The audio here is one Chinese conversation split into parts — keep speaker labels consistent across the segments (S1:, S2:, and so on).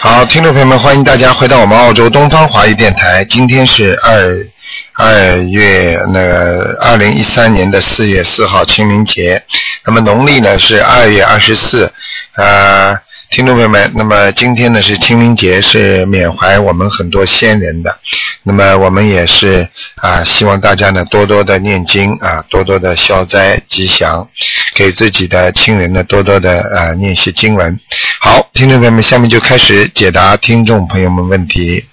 S1: 好，听众朋友们，欢迎大家回到我们澳洲东方华语电台。今天是二二月那个二零一三年的四月四号清明节，那么农历呢是二月二十四。呃，听众朋友们，那么今天呢是清明节，是缅怀我们很多先人的。那么我们也是啊、希望大家呢多多的念经啊，多多的消灾吉祥，给自己的亲人呢多多的啊念些经文。好，听众朋友们，下面就开始解答听众朋友们问题。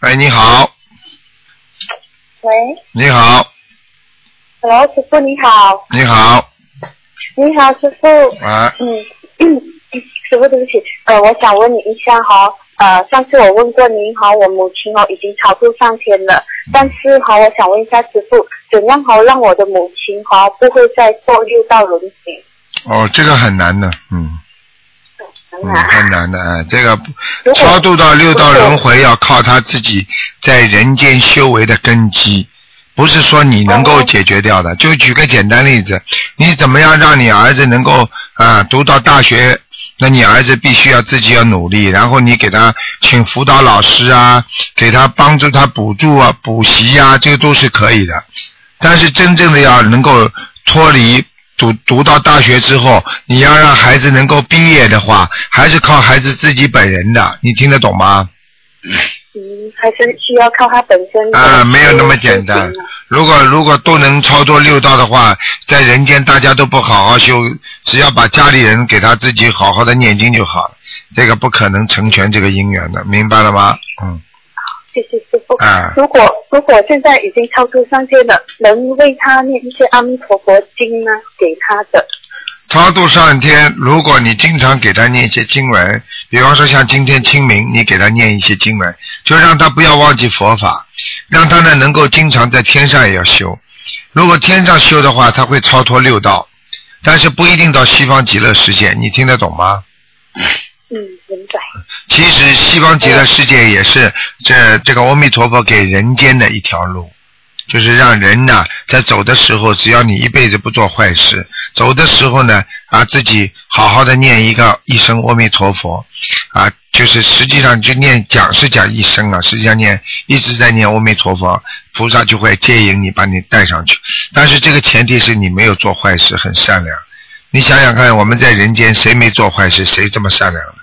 S1: 哎，你好，
S2: 喂
S1: 你好，
S2: ，Hello，师傅你好，
S1: 你好，
S2: 你好师傅，
S1: 啊，
S2: 嗯，师傅对不起，呃，我想问你一下哈、呃，上次我问过您哈、我母亲哦已经超度上天了，但是哈、我想问一下师傅，怎样哈、让我的母亲哈、不会再做六道轮回？
S1: 哦，这个很难的，嗯
S2: 嗯
S1: 嗯，
S2: 啊，
S1: 很难的，哎，这个不
S2: 如果
S1: 超度到六道轮回要靠他自己在人间修为的根基，不是说你能够解决掉的。就举个简单例子，你怎么样让你儿子能够啊、读到大学？那你儿子必须要自己要努力，然后你给他请辅导老师啊，给他帮助他补助啊、补习啊，这个都是可以的。但是真正的要能够脱离读读到大学之后，你要让孩子能够毕业的话，还是靠孩子自己本人的，你听得懂吗？
S2: 嗯，还是需要靠他本身的
S1: 啊没有那么简单
S2: 修行啊
S1: 如果如果都能超脱六道的话，在人间大家都不好好修，只要把家里人给他自己好好的念经就好了，这个不可能成全这个姻缘的，明白了吗？嗯，
S2: 谢谢师傅。
S1: 啊，
S2: 如果如果现在已经超度上天了，能为他念一些阿弥陀佛经呢，给他的。
S1: 超度上天，如果你经常给他念一些经文，比方说像今天清明，你给他念一些经文，就让他不要忘记佛法，让他呢能够经常在天上也要修。如果天上修的话，他会超脱六道，但是不一定到西方极乐世界。你听得懂吗？
S2: 嗯，明白。
S1: 其实西方极乐世界也是这这个阿弥陀佛给人间的一条路，就是让人呐、在走的时候，只要你一辈子不做坏事，走的时候呢啊自己好好的念一个一声阿弥陀佛，啊就是实际上就念讲是讲一声啊，实际上念一直在念阿弥陀佛，菩萨就会接引你把你带上去，但是这个前提是你没有做坏事，很善良。你想想看，我们在人间谁没做坏事，谁这么善良呢？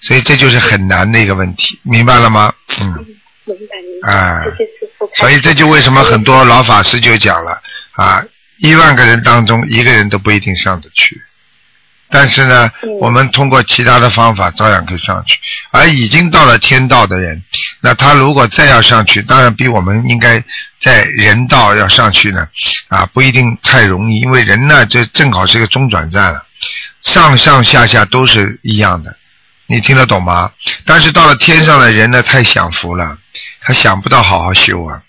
S1: 所以这就是很难的一个问题，明白了吗？嗯，
S2: 明白明白，
S1: 啊
S2: 谢谢师傅。
S1: 所以这就为什么很多老法师就讲了啊，一万个人当中一个人都不一定上得去，但是呢
S2: 嗯，
S1: 我们通过其他的方法照样可以上去。而已经到了天道的人，那他如果再要上去，当然比我们应该在人道要上去呢，啊，不一定太容易，因为人呢，这正好是一个中转站了，上上下下都是一样的。你听得懂吗？但是到了天上的人呢，太享福了，他想不到好好修啊。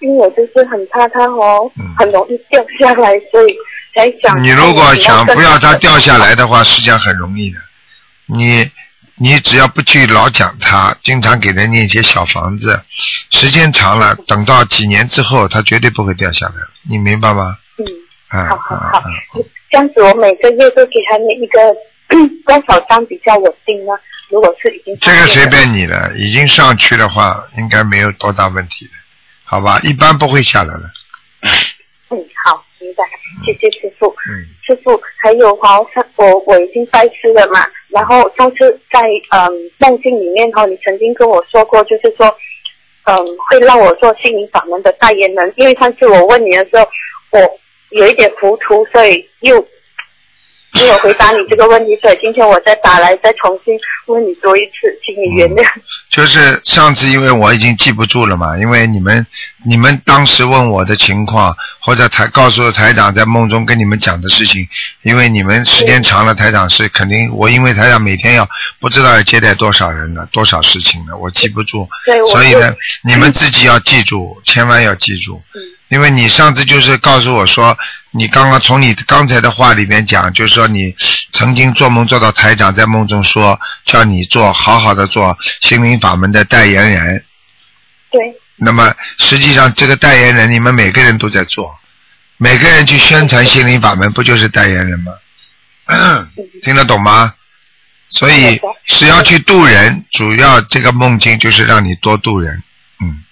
S2: 因为我就是很怕他哦，
S1: 嗯
S2: 很容易掉下来，所以才想。哎
S1: 你如果想不要它
S2: 他
S1: 掉下，来的话，实际上很容易的。你你只要不去老讲它，经常给人念一些小房子，时间长了，等到几年之后，它绝对不会掉下来了。你明白吗？
S2: 嗯，
S1: 啊
S2: 好好
S1: 啊
S2: 好
S1: 啊！
S2: 这样子我每个月都给他们一个多少张比较稳定呢？如果是已经
S1: 这个随
S2: 上线了
S1: 便你了，已经上去的话，应该没有多大问题的，好吧？一般不会下来的。
S2: 嗯，好，明白，谢谢师傅。
S1: 嗯，
S2: 师傅，还有哈，上我我已经拜师了嘛，然后上次在嗯梦境里面哈，你曾经跟我说过，就是说，嗯，会让我做心灵法门的代言人，因为上次我问你的时候，我有一点糊涂，所以又没有回答你这个问题，所以今天我再打来，再重新问你多一次，请你原谅。
S1: 哦就是上次因为我已经记不住了嘛，因为你们你们当时问我的情况，或者台告诉台长在梦中跟你们讲的事情，因为你们时间长了，台长是肯定我因为台长每天要不知道要接待多少人了，多少事情了，我记不住，
S2: 所以我
S1: 所以
S2: 就
S1: 呢，你们自己要记住，千万要记住
S2: 嗯，
S1: 因为你上次就是告诉我说，你刚刚从你刚才的话里面讲，就是说你曾经做梦做到台长在梦中说，叫你做好好的做心灵法门的代言人。
S2: 对，
S1: 那么实际上这个代言人，你们每个人都在做，每个人去宣传心灵法门，不就是代言人吗？听得懂吗？所以是要去渡人，主要这个梦境就是让你多渡人。嗯，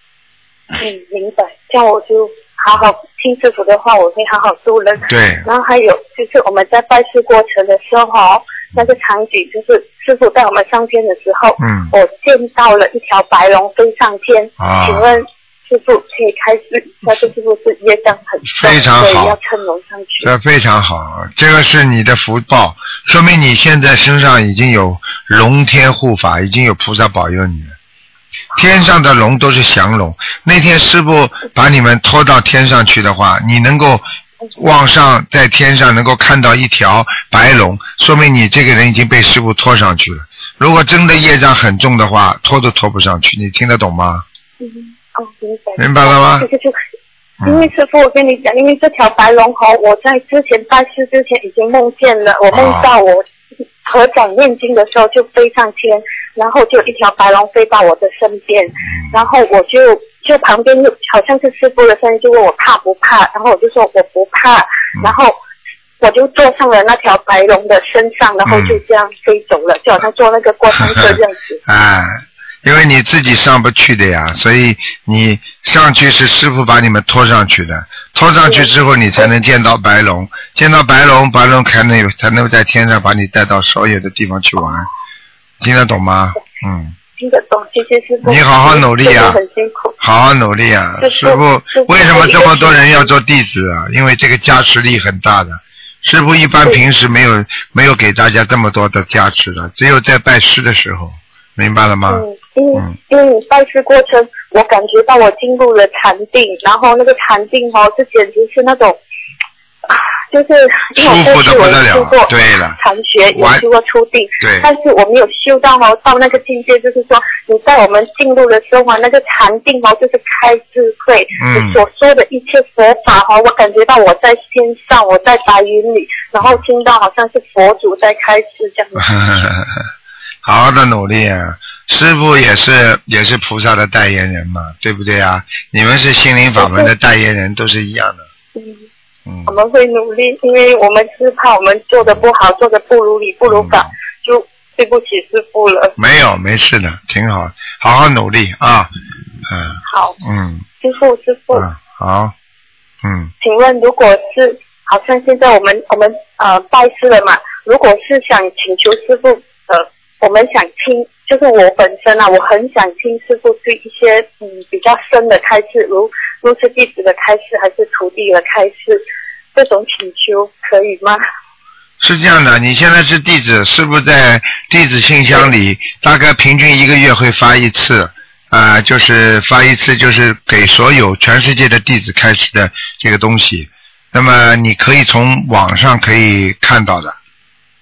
S2: 嗯，明白。这样我就好好听师傅的话，我会好好做人。
S1: 对，
S2: 然后还有就是我们在拜师过程的时候哦，那个场景就是师傅带我们上天的时候，
S1: 嗯
S2: 我见到了一条白龙飞上天。
S1: 啊
S2: 请问师傅可以开始？那这师傅是业障很重，
S1: 非常好
S2: 所以要乘龙上去。
S1: 这非常好，这个是你的福报，说明你现在身上已经有龙天护法，已经有菩萨保佑你了。天上的龙都是降龙，那天师傅把你们拖到天上去的话，你能够往上在天上能够看到一条白龙，说明你这个人已经被师傅拖上去了。如果真的业障很重的话，拖都拖不上去，你听得懂吗？
S2: 嗯，哦，明白。
S1: 明白了吗
S2: 这？个就
S1: 嗯
S2: 因为师傅，我跟你讲，因为这条白龙猴，我在之前拜师之前已经梦见
S1: 啊
S2: 了，我梦到我合掌念经的时候就飞上天，然后就有一条白龙飞到我的身边，
S1: 嗯
S2: 然后我就就旁边就好像是师傅的声音就问我怕不怕，然后我就说我不怕，
S1: 嗯
S2: 然后。我就坐上了那条白龙的身上，然后就这样飞走
S1: 嗯
S2: 了，就好像坐那个过山车这样子。
S1: 哎，因为你自己上不去的呀，所以你上去是师傅把你们拖上去的，拖上去之后你才能见到白龙，见到白龙，白龙才能有才能在天上把你带到所有的地方去玩，听得懂吗？嗯，
S2: 听得懂，谢谢师傅。
S1: 你好好努力啊
S2: 师傅很辛苦。
S1: 好好努力啊，
S2: 就是
S1: 师傅
S2: 就是
S1: 为什么这么多人要做弟子啊？因为这个加持力很大的。师傅一般
S2: 对
S1: 平时没有没有给大家这么多的加持的，只有在拜师的时候，明白了吗？
S2: 嗯，因为
S1: 嗯
S2: 因为你拜师过程，我感觉到我进入了禅定，然后那个禅定哦，这简直是那种，啊，就是因为
S1: 舒服
S2: 我过
S1: 得
S2: 去
S1: 不
S2: 我
S1: 得
S2: 也
S1: 了
S2: 修过
S1: 对了
S2: 禅学，也
S1: 完
S2: 修过初定，
S1: 对
S2: 但是我没有修到哦，到那个境界，就是说你在我们进入的时候啊，那个禅定哦，就是开智慧，
S1: 嗯
S2: 你所说的一切佛法哦，我感觉到我在天上，我在白云里，然后听到好像是佛祖在开示这样子。
S1: 啊好好的努力啊！师傅也是也是菩萨的代言人嘛，对不对啊？你们是心灵法门的代言人，都是一样的。
S2: 嗯
S1: 嗯
S2: 我，们会努力，因为我们是怕我们做的不好，做的不如理不如法，
S1: 嗯
S2: 就对不起师傅了。
S1: 没有，没事的，挺好，好好努力啊！嗯
S2: 好，
S1: 嗯
S2: 师傅师傅，
S1: 嗯，好，嗯
S2: 请问如果是好像现在我们我们呃拜师了嘛，如果是想请求师傅呃，我们想听，就是我本身啊，我很想听师傅对一些嗯比较深的开示，如如是弟子的开示还是徒弟的开示，这种请求可以吗？
S1: 是这样的，你现在是弟子，师傅在弟子信箱里大概平均一个月会发一次，啊、就是发一次，就是给所有全世界的弟子开始的这个东西。那么你可以从网上可以看到的，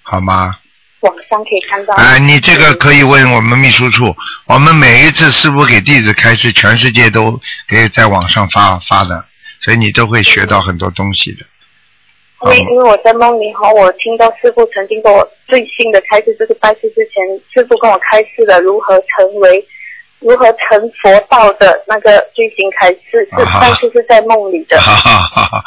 S1: 好吗？
S2: 网上可以看到。
S1: 啊、你这个可以问我们秘书处，我们每一次师傅给弟子开示，全世界都给在网上发发的，所以你都会学到很多东西的。
S2: 因为
S1: 嗯
S2: 因为我在梦里哈，我听到师傅曾经跟我最新的开示，就是拜师之前，师傅跟我开示了如何成为如何成佛道的那个最新开示，是
S1: 啊
S2: 但是是在梦里 的。
S1: 哈哈哈哈，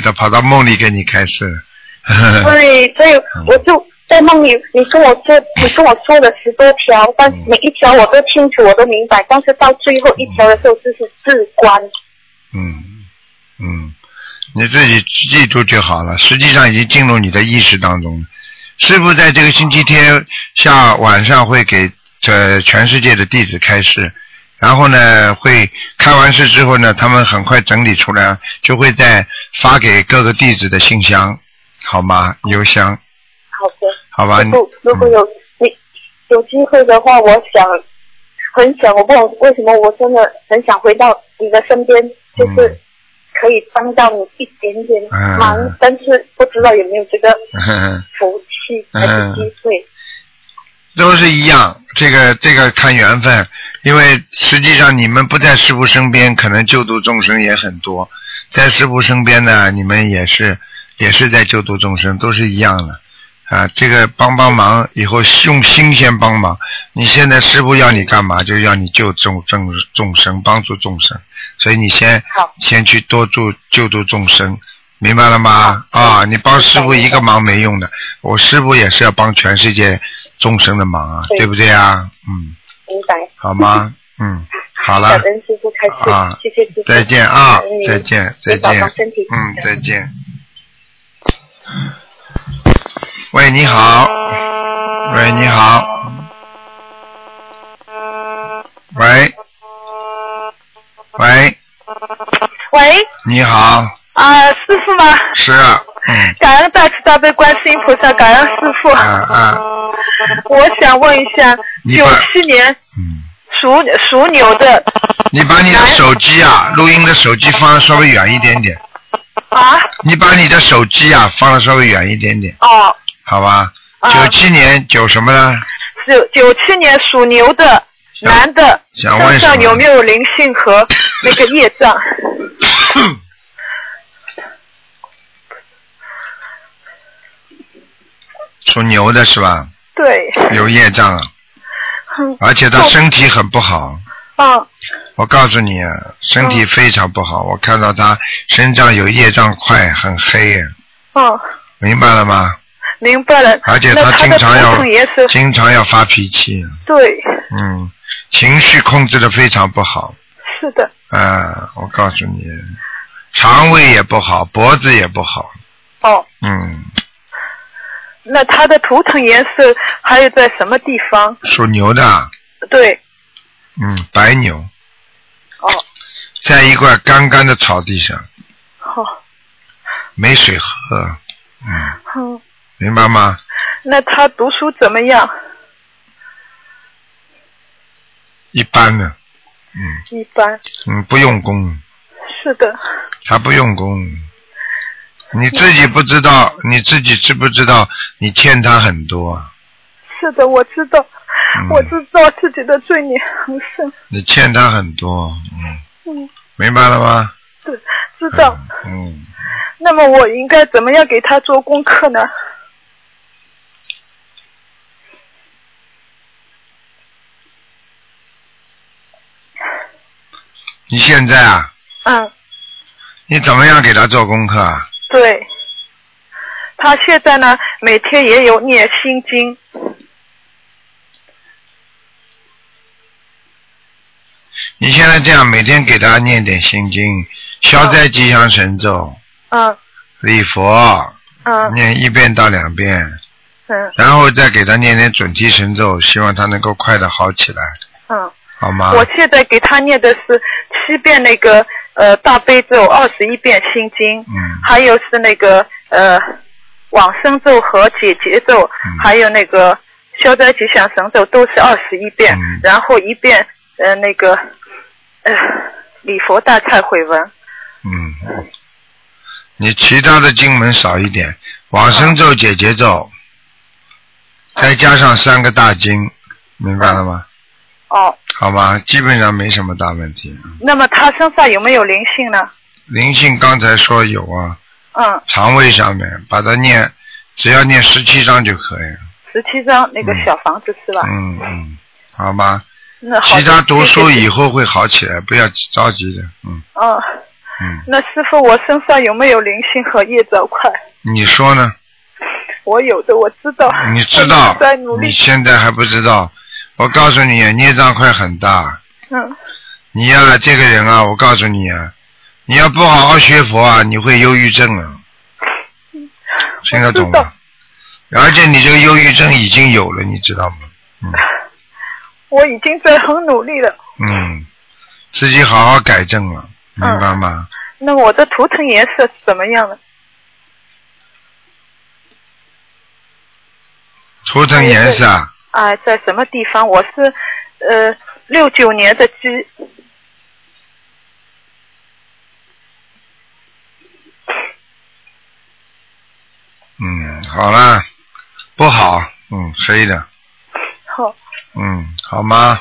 S1: 他跑到梦里给你开示 了。
S2: 对，所以我就在梦里，你跟我说，你跟我说了十多条，但每一条我都清楚，我都明白，但是到最后一条的时候，就是至关。
S1: 嗯，嗯，你自己记住就好了。实际上已经进入你的意识当中了。师傅在这个星期天下晚上会给这全世界的弟子开示，然后呢，会开完示之后呢，他们很快整理出来，就会再发给各个弟子的信箱，好吗？邮箱，
S2: 好的。
S1: 好吧？
S2: 师傅，如果
S1: 嗯
S2: 有你有机会的话，我想很想，我不懂为什么我真的很想回到你的身边，就是
S1: 嗯
S2: 可以帮到你一点点忙，
S1: 嗯
S2: 但是不知道有没有这个
S1: 呵呵
S2: 福气还是机会。
S1: 都是一样，这个这个看缘分，因为实际上你们不在师傅身边，可能救度众生也很多；在师傅身边呢，你们也是也是在救度众生，都是一样的啊。这个帮帮忙，以后用心先帮忙。你现在师傅要你干嘛，就要你救众众众生，帮助众生，所以你先
S2: 好
S1: 先去多助救度众生，明白了吗？啊，你帮师傅一个忙没用的，我师傅也是要帮全世界众生的忙啊，
S3: 对
S1: 对不对啊？嗯，
S3: 明白。
S1: 好吗？嗯，好
S3: 感
S1: 了，
S3: 恩师傅开始，
S1: 啊
S3: 谢谢师傅，
S1: 再见啊
S3: 感恩，
S2: 嗯
S3: 您
S1: 再见，再
S3: 您保
S1: 见
S3: 重，身体，
S1: 嗯，再见。喂，你好，喂，你好，喂，喂，
S2: 喂，
S1: 你好，
S2: 啊，师傅吗？
S1: 是，嗯，
S2: 感恩大慈大悲观世音菩萨，感恩师傅。
S1: 啊啊，
S2: 我想问一下，
S1: 你
S2: 九
S1: 把
S2: 七年
S1: 嗯，
S2: 属属牛的
S1: 你把你的手机啊，录音的手机放的稍微远一点点，
S2: 啊？
S1: 你把你的手机啊放的稍微远一点点，
S2: 哦，
S1: 好吧？
S2: 啊
S1: 九七年九什么呢？
S2: 九九七年属牛的
S1: 想
S2: 男的，
S1: 想
S2: 身
S1: 问什
S2: 上有没
S1: 么？
S2: 有灵性和那个业 障？
S1: 属牛的是吧？
S2: 对，
S1: 有业障啊，
S2: 嗯
S1: 而且他身体很不好。
S2: 嗯
S1: 我告诉你啊，身体非常不好。我看到他身上有业障块，很黑呀，
S2: 嗯，
S1: 明白了吗？
S2: 明白了。
S1: 而且
S2: 那
S1: 他
S2: 他
S1: 经
S2: 的
S1: 常要
S2: 头痛也是
S1: 经常要发脾气，啊
S2: 对，
S1: 嗯，情绪控制的非常不好。
S2: 是的，
S1: 啊，我告诉你，肠胃也不好，脖子也不好，
S2: 哦。
S1: 嗯，
S2: 那他的图腾颜色还有在什么地方？
S1: 属牛的啊，
S2: 对，
S1: 嗯，白牛，
S2: 哦，
S1: 在一块干干的草地上，
S2: 好、
S1: 没水喝，嗯，
S2: 嗯，
S1: 明白吗？
S2: 那他读书怎么样？
S1: 一般的，嗯
S2: 一般，
S1: 嗯，不用功，
S2: 是的，
S1: 他不用功，你自己不知道，你自己知不知道你欠他很多啊？
S2: 是的，我知道，
S1: 嗯
S2: 我知道自己的罪孽很深，
S1: 你欠他很多，嗯，
S2: 嗯，
S1: 明白了吗？
S2: 对，知道。
S1: 嗯，
S2: 那么我应该怎么样给他做功课呢？
S1: 你现在啊，
S2: 嗯，
S1: 你怎么样给他做功课啊？
S2: 对。他现在呢，每天也有念心经，
S1: 你现在这样每天给他念点心经，消灾吉祥神咒，
S2: 嗯
S1: 礼佛，
S2: 嗯
S1: 念一遍到两遍，
S2: 嗯
S1: 然后再给他念点准提神咒，希望他能够快的好起来，
S2: 嗯。
S1: 好吗？
S2: 我现在给他念的是七遍那个呃大悲咒，二十一遍心经，
S1: 嗯
S2: 还有是那个呃往生咒和解结咒，还有那个消灾吉祥神咒都是二十一遍，
S1: 嗯
S2: 然后一遍呃那个呃礼佛大忏悔文。
S1: 嗯，你其他的经文少一点，往生咒、解结咒，再加上三个大经，明白了吗？
S2: 哦，
S1: 好吧，基本上没什么大问题。
S2: 那么他身上有没有灵性呢？
S1: 灵性刚才说有啊，
S2: 嗯，
S1: 肠胃上面把它念，只要念十七章就可以了。
S2: 十七张那个小房子是吧？
S1: 嗯嗯，好吧，
S2: 那好的。
S1: 其他读书
S2: 谢谢
S1: 以后会好起来，不要着急的。嗯
S2: 嗯，
S1: 嗯，
S2: 那师傅，我身上有没有灵性和业障块？
S1: 你说呢？
S2: 我有的，我知道。
S1: 你知道
S2: 我在努，
S1: 你
S2: 力。
S1: 现在还不知道。我告诉你，孽障块很大。
S2: 嗯，
S1: 你呀、这个人啊，我告诉你啊，你要不好好学佛啊，你会忧郁症啊。听得懂
S2: 我知
S1: 吗？而且你这个忧郁症已经有了，你知道吗？
S2: 我已经在很努力了。
S1: 嗯，自己好好改正了，
S2: 嗯
S1: 明白吗？
S2: 那我的图腾颜色是怎么样的？
S1: 涂成颜色啊，
S2: 啊，在什么地方？我是呃六九年的鸡，
S1: 嗯，好啦，不好，嗯，黑的，
S2: 好，
S1: 嗯，好吗？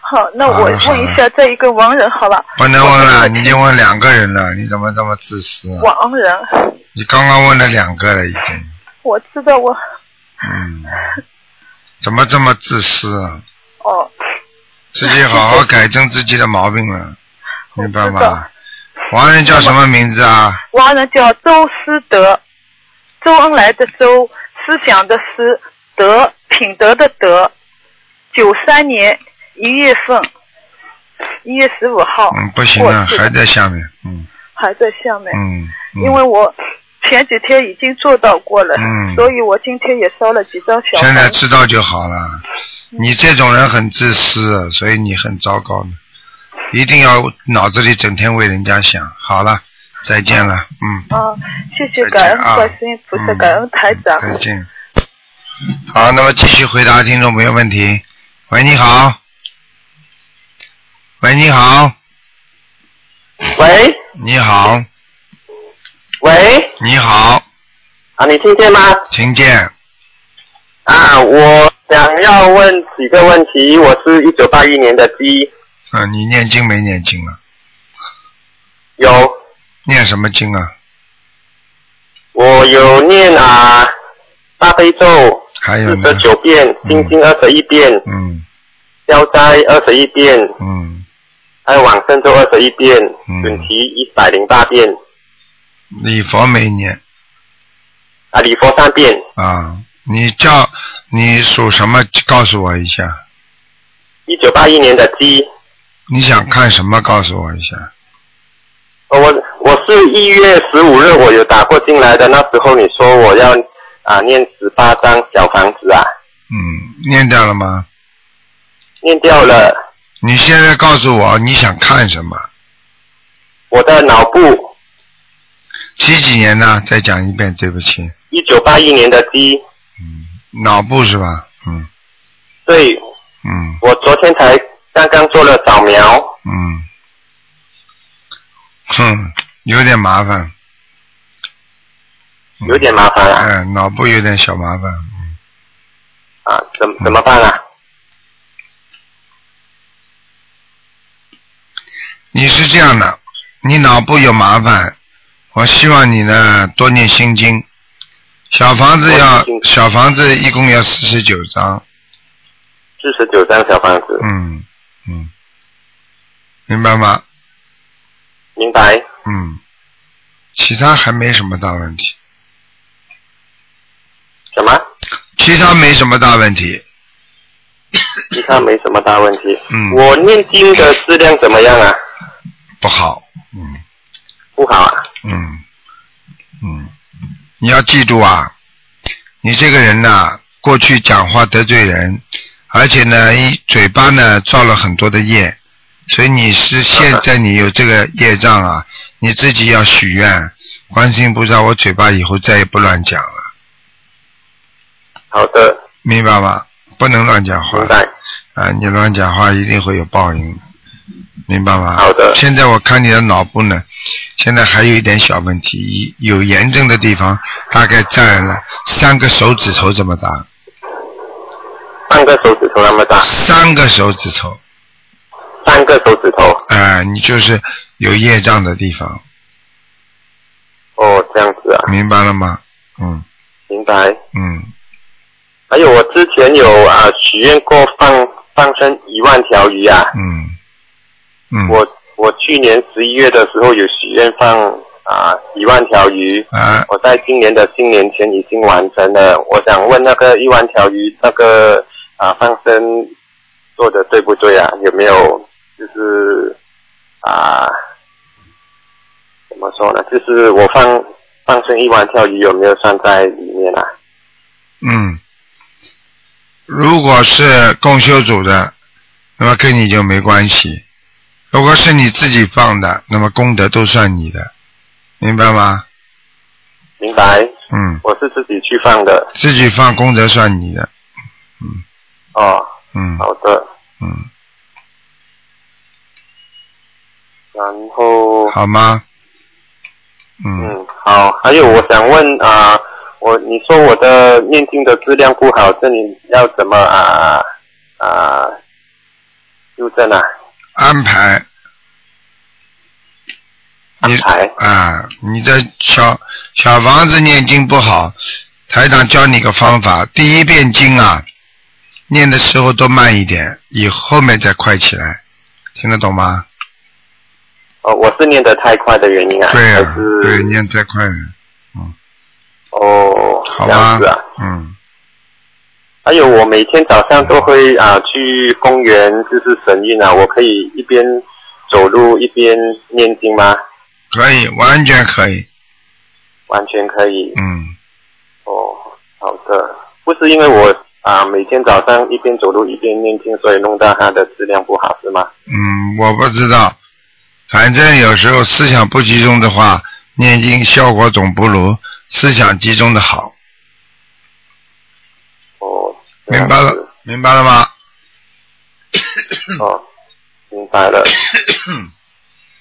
S2: 好，那我
S1: 好了好了
S2: 问一下这一个亡人好吧？
S1: 不能问
S2: 我
S1: 了，
S2: 不
S1: 你已经问两个人了，你怎么这么自私啊？
S2: 亡人，
S1: 你刚刚问了两个了，已经。
S2: 我知道我
S1: 嗯，怎么这么自私啊？
S2: 哦，
S1: 自己好好改正自己的毛病了，明白
S2: 我知道
S1: 吗？亡人叫什么名字啊？
S4: 亡人叫周思德，周恩来的周，思想的思，德品德的德，九三年一月份，一月十五号
S1: 嗯，不行
S4: 过
S1: 啊，
S4: 世的
S1: 还在下面。嗯
S4: 还在下面，
S1: 嗯。嗯
S4: 因为我前几天已经做到过了，
S1: 嗯
S4: 所以我今天也烧了几张小
S1: 现在
S4: 房子。
S1: 知道就好了。你这种人很自私，所以你很糟糕的，一定要脑子里整天为人家想。好了，再见了，嗯。
S4: 啊，谢谢
S1: 再见
S4: 感恩
S1: 啊
S4: 观世音菩萨，
S1: 嗯
S4: 感恩台长。
S1: 再见。好，那么继续回答听众朋友问题。喂，你好。喂，你好。
S5: 喂
S1: 你好，
S5: 喂，
S1: 你好，
S5: 啊，你听见吗？
S1: 请见。
S5: 啊，我想要问几个问题。我是一九八一年的鸡，
S1: 啊，你念经没念经啊？
S5: 有
S1: 念什么经啊？
S5: 我有念啊大悲咒
S1: 还有
S5: 四
S1: 呢
S5: 十？九遍，心经二十一遍，
S1: 嗯
S5: 消灾二十一遍，
S1: 嗯，
S5: 还有往生咒二十一遍
S1: 嗯，
S5: 准提一百零八遍，
S1: 礼佛没念
S5: 啊礼佛三遍，
S1: 啊？你叫你属什么？告诉我一下。
S5: 一九八一年的鸡。
S1: 你想看什么？告诉我一下。
S5: 呃我我是一月十五日我有打过进来的，那时候你说我要啊念十八张小房子啊，
S1: 嗯，念掉了吗？
S5: 念掉了。
S1: 你现在告诉我你想看什么？
S5: 我的脑部，
S1: 几几年呢？再讲一遍，对不起。嗯
S5: 一九八一年的鸡，
S1: 脑部是吧？嗯
S5: 对
S1: 嗯
S5: 我昨天才刚刚做了扫描，
S1: 嗯。哼，有点麻烦。嗯
S5: 有点麻烦啊
S1: 哎，脑部有点小麻烦。嗯
S5: 啊，怎怎么办啊？
S1: 你是这样的，你脑部有麻烦，我希望你呢多念心经。小房子要
S5: 多念心经
S1: 小房子一共要四十九章，
S5: 四十九张小房子，
S1: 嗯嗯，明白吗？
S5: 明白？
S1: 嗯，其他还没什么大问题，
S5: 什么？
S1: 其他没什么大问题。
S5: 其他没什么大问题。
S1: 嗯
S5: 我念经的质量怎么样啊？
S1: 不好，嗯
S5: 不好啊。
S1: 嗯嗯，你要记住啊，你这个人呐、过去讲话得罪人，而且呢，一嘴巴呢造了很多的业，所以你是现在你有这个业障啊，你自己要许愿，观世音菩萨，我嘴巴以后再也不乱讲了，
S5: 好的，
S1: 明白吗？不能乱讲话
S5: 明。白。
S1: 啊，你乱讲话一定会有报应的，明白吗？
S5: 好的
S1: 现在我看你的脑部呢，现在还有一点小问题，一有炎症的地方大概占了三个手指头这么大，
S5: 半个手指头那么大，
S1: 三个手指头，
S5: 三个手指头。
S1: 啊、你就是有业障的地方，
S5: 哦，这样子啊，
S1: 明白了吗？嗯
S5: 明白。
S1: 嗯，
S5: 还有我之前有啊许愿过放放生一万条鱼啊，
S1: 嗯嗯，
S5: 我我去年十一月的时候有许愿放啊一万条鱼，
S1: 啊，
S5: 我在今年的新年前已经完成了。我想问那个一万条鱼那个啊放生做的对不对啊？有没有就是啊怎么说呢？就是我放放生一万条鱼有没有算在里面啊？
S1: 嗯，如果是共修组的，那么跟你就没关系；如果是你自己放的，那么功德都算你的，明白吗？
S5: 明白，
S1: 嗯，
S5: 我是自己去放的
S1: 自己放功德算你的，
S5: 哦。
S1: 嗯
S5: 好的，
S1: 嗯，
S5: 然后
S1: 好吗？嗯，
S5: 嗯，好。还有，我想问啊、我你说我的念经的质量不好，这你要怎么啊啊纠正啊？
S1: 安排
S5: 安
S1: 你
S5: 排
S1: 啊，你这小小房子念经不好，台长教你个方法，第一遍经啊，念的时候都慢一点，以后面再快起来，听得懂吗？
S5: 哦，我是念得太快的原因啊，
S1: 对呀、
S5: 还是
S1: 对，念太快了，
S5: 哦，
S1: 好
S5: 这
S1: 吧
S5: 样子啊。，
S1: 嗯，
S5: 还有，我每天早上都会啊去公园，就是神韵啊，我可以一边走路一边念经吗？
S1: 可以，完全可以，
S5: 完全可以。
S1: 嗯，
S5: 哦，好的。不是因为我啊每天早上一边走路一边念经，所以弄到它的质量不好是吗？
S1: 嗯，我不知道，反正有时候思想不集中的话，念经效果总不如思想集中的好，
S5: 哦，这
S1: 明
S5: 样
S1: 白
S5: 子
S1: 了，嗯明白了吗？
S5: 哦，明白了。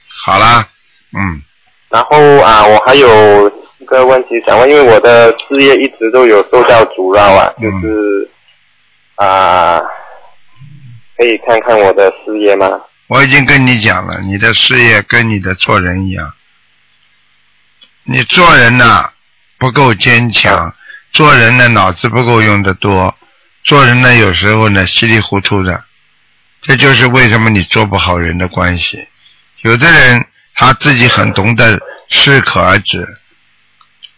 S1: 好啦，嗯，
S5: 然后啊，我还有一个问题想问，因为我的事业一直都有受到阻挠啊，
S1: 嗯
S5: 就是啊、可以看看我的事业吗？
S1: 我已经跟你讲了，你的事业跟你的做人一样，你做人呐、不够坚强，做人呢脑子不够用的多，做人呢有时候呢稀里糊涂的，这就是为什么你做不好人的关系。有的人他自己很懂得适可而止，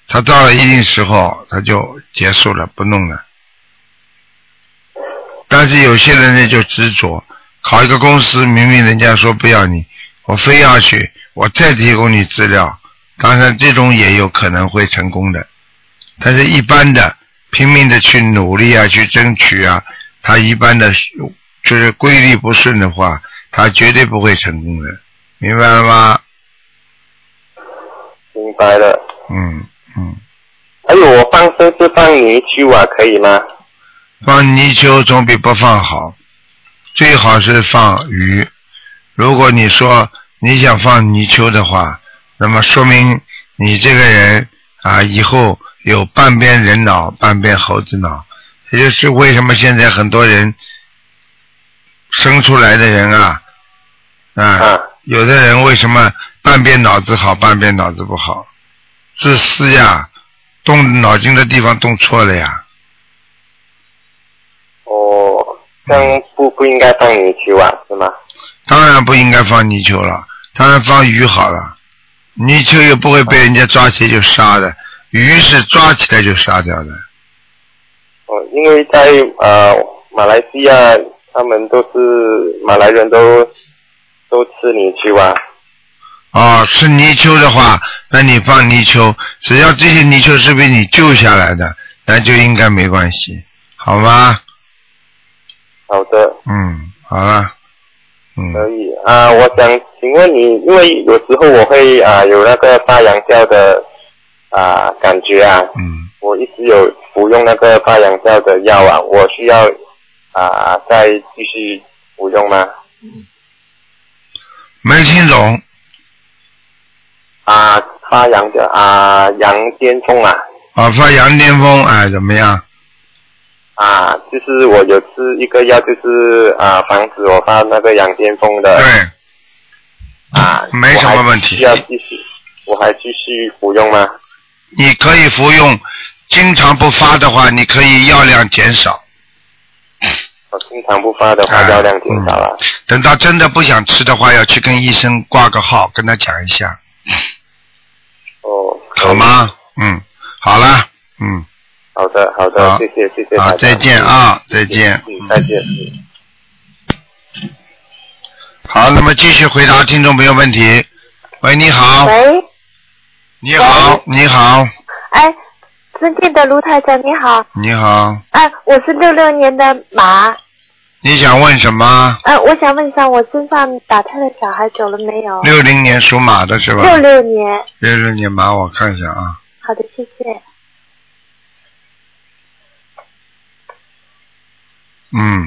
S1: 他到了一定时候他就结束了，不弄了。但是有些人呢就执着，考一个公司，明明人家说不要你，我非要去，我再提供你资料。当然，这种也有可能会成功的，但是一般的拼命的去努力啊，去争取啊，他一般的就是规律不顺的话，他绝对不会成功的，明白了吗？
S5: 明白了。
S1: 嗯嗯，
S5: 还有我放生是放泥鳅啊，可以吗？
S1: 放泥鳅总比不放好，最好是放鱼。如果你说你想放泥鳅的话，那么说明你这个人啊，以后有半边人脑，半边猴子脑。也就是为什么现在很多人生出来的人啊，啊，
S5: 啊，
S1: 有的人为什么半边脑子好，半边脑子不好？自私呀，动脑筋的地方动错了呀。
S5: 哦，这样不不应该放泥鳅啊，是吗？
S1: 当然不应该放泥鳅了，当然放鱼好了。泥鳅又不会被人家抓起来就杀的，鱼是抓起来就杀掉的。
S5: 哦，因为在呃马来西亚，他们都是马来人都都吃泥鳅啊。
S1: 哦，吃泥鳅的话，那你放泥鳅，只要这些泥鳅是被你救下来的，那就应该没关系，好吗？
S5: 好的，
S1: 嗯，好了，嗯，
S5: 可以啊，我想请问你，因为有时候我会啊有那个发羊吊的啊感觉啊，
S1: 嗯，
S5: 我一直有服用那个发羊吊的药啊，我需要啊再继续服用吗？
S1: 没听懂，
S5: 啊，发羊的啊羊癫疯啊
S1: 啊，发羊癫疯，哎，怎么样？
S5: 啊，就是我有吃一个药，就是啊防止我发那个羊癫疯的
S1: 对，
S5: 啊，
S1: 没什么问题
S5: 我还需要继续，我还继续服用吗？
S1: 你可以服用，经常不发的话，你可以药量减少。
S5: 我经常不发的话，
S1: 啊
S5: 药量减少了。
S1: 等到真的不想吃的话，要去跟医生挂个号，跟他讲一下，
S5: 哦，
S1: 好？吗？嗯，好了，嗯，
S5: 好的，好的，
S1: 好
S5: 谢谢，谢谢大
S1: 好，
S5: 家。
S1: 再见啊，再
S5: 再
S1: 见。
S5: 嗯，再见。嗯
S1: 好，那么继续回答听众朋友问题。喂，你好，
S6: 喂，
S1: 你好，你好，
S6: 哎，尊敬的卢台长你好，
S1: 你好，
S6: 哎，我是六六年的马，
S1: 你想问什么？
S6: 哎，我想问一下，我身上打胎的小孩走了没有？
S1: 六零年属马的是吧？
S6: 六六年，
S1: 六六年马，我看一下啊，
S6: 好的，谢谢。
S1: 嗯，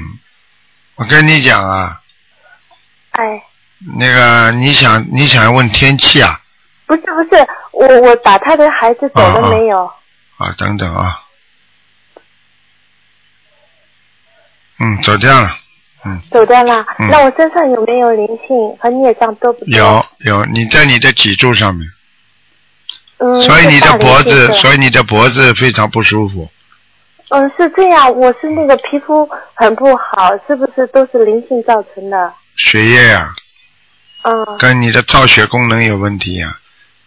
S1: 我跟你讲啊，
S6: 哎，
S1: 那个你想你想问天气啊？
S6: 不是不是，我我打胎的孩子走
S1: 哦
S6: 了没有？
S1: 啊，等等啊，嗯，走掉了，
S6: 走掉了。
S1: 嗯
S6: 那我身上有没有灵性和孽障多不多？
S1: 有，有，你在你的脊柱上面，
S6: 嗯，
S1: 所以你
S6: 是
S1: 的
S6: 大灵
S1: 脖
S6: 性
S1: 子，
S6: 是
S1: 所以你的脖子非常不舒服，
S6: 嗯是这样，我是那个皮肤很不好，是不是都是灵性造成的？
S1: 血液呀、
S6: 嗯
S1: 啊跟你的造血功能有问题啊，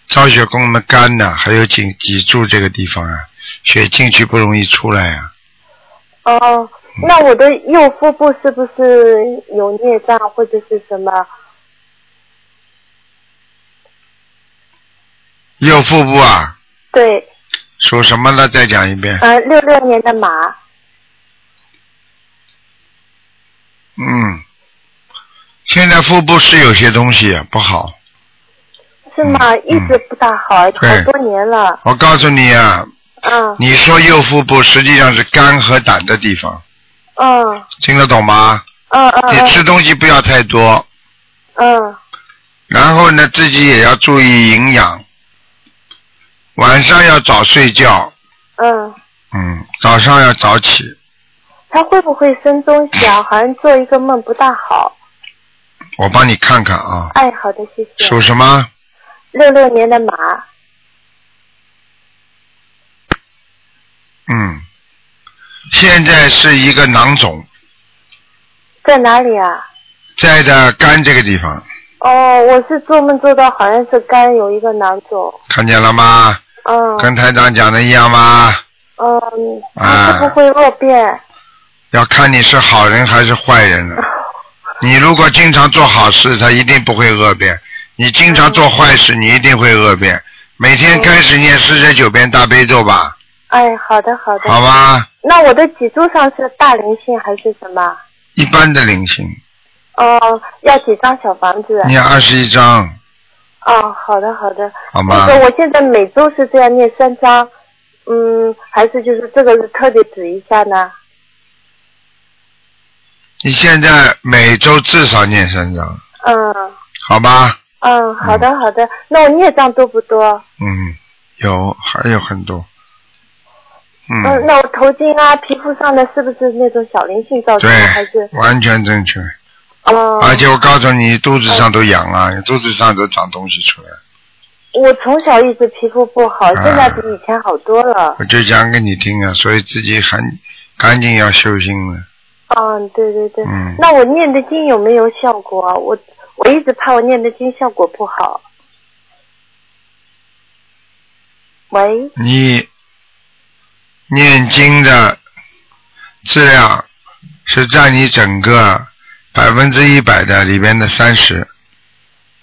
S1: 造血功能肝呐、还有颈脊柱这个地方啊，血进去不容易出来啊。
S6: 哦，那我的右腹部是不是有孽障或者是什么？
S1: 右腹部啊，
S6: 对，
S1: 属什么呢？再讲一遍。
S6: 呃，六六年的马，
S1: 嗯，现在腹部是有些东西啊不好，
S6: 是吗？
S1: 嗯
S6: 一直不大好，
S1: 对
S6: 好多年了。
S1: 我告诉你啊，
S6: 嗯
S1: 你说右腹部实际上是肝和胆的地方，
S6: 嗯
S1: 听得懂吗？
S6: 嗯嗯
S1: 你吃东西不要太多，
S6: 嗯
S1: 然后呢，自己也要注意营养，晚上要早睡觉，
S6: 嗯，
S1: 嗯，早上要早起，
S6: 他会不会生东西啊？好像做一个梦不大好。
S1: 我帮你看看啊，
S6: 哎，好的，谢谢
S1: 属。什么？
S6: 六六年的马，
S1: 嗯，现在是一个囊肿，
S6: 在哪里啊？
S1: 在的肝这个地方，
S6: 哦，我是做梦做到好像是肝有一个囊肿。
S1: 看见了吗？
S6: 嗯
S1: 跟台长讲的一样吗？
S6: 嗯，
S1: 啊
S6: 你会不会恶变？
S1: 要看你是好人还是坏人了。你如果经常做好事，他一定不会恶变；你经常做坏
S6: 嗯
S1: 事，你一定会恶变。每天开始念四十九遍大悲咒吧，
S6: 哎，好的好的。
S1: 好吧？
S6: 那我的脊柱上是大灵性还是什么？
S1: 一般的灵性，
S6: 哦，要几张小房子？
S1: 念二十一章，
S6: 哦，好的好的。
S1: 好吗
S6: 那？个我现在每周是这样念三章，嗯，还是就是这个是特别指一下呢？
S1: 你现在每周至少念三章，
S6: 嗯
S1: 好吧？
S6: 嗯，好的好的。那我孽障多不多？
S1: 嗯，有还有很多，
S6: 嗯，
S1: 嗯，
S6: 那我头巾啊、皮肤上的是不是那种小灵性造成的？还是
S1: 对，完全正确。
S6: 嗯，
S1: 而且我告诉你，肚子上都痒啊，肚子上都长东西出来。
S6: 我从小一直皮肤不好，
S1: 啊
S6: 现在比以前好多了。
S1: 我就讲给你听啊，所以自己很赶紧要修心了。
S6: 嗯，对对对。
S1: 嗯
S6: 那我念的经有没有效果啊？我我一直怕我念的经效果不好。喂，
S1: 你念经的质量是占你整个百分之一百的里边的三十，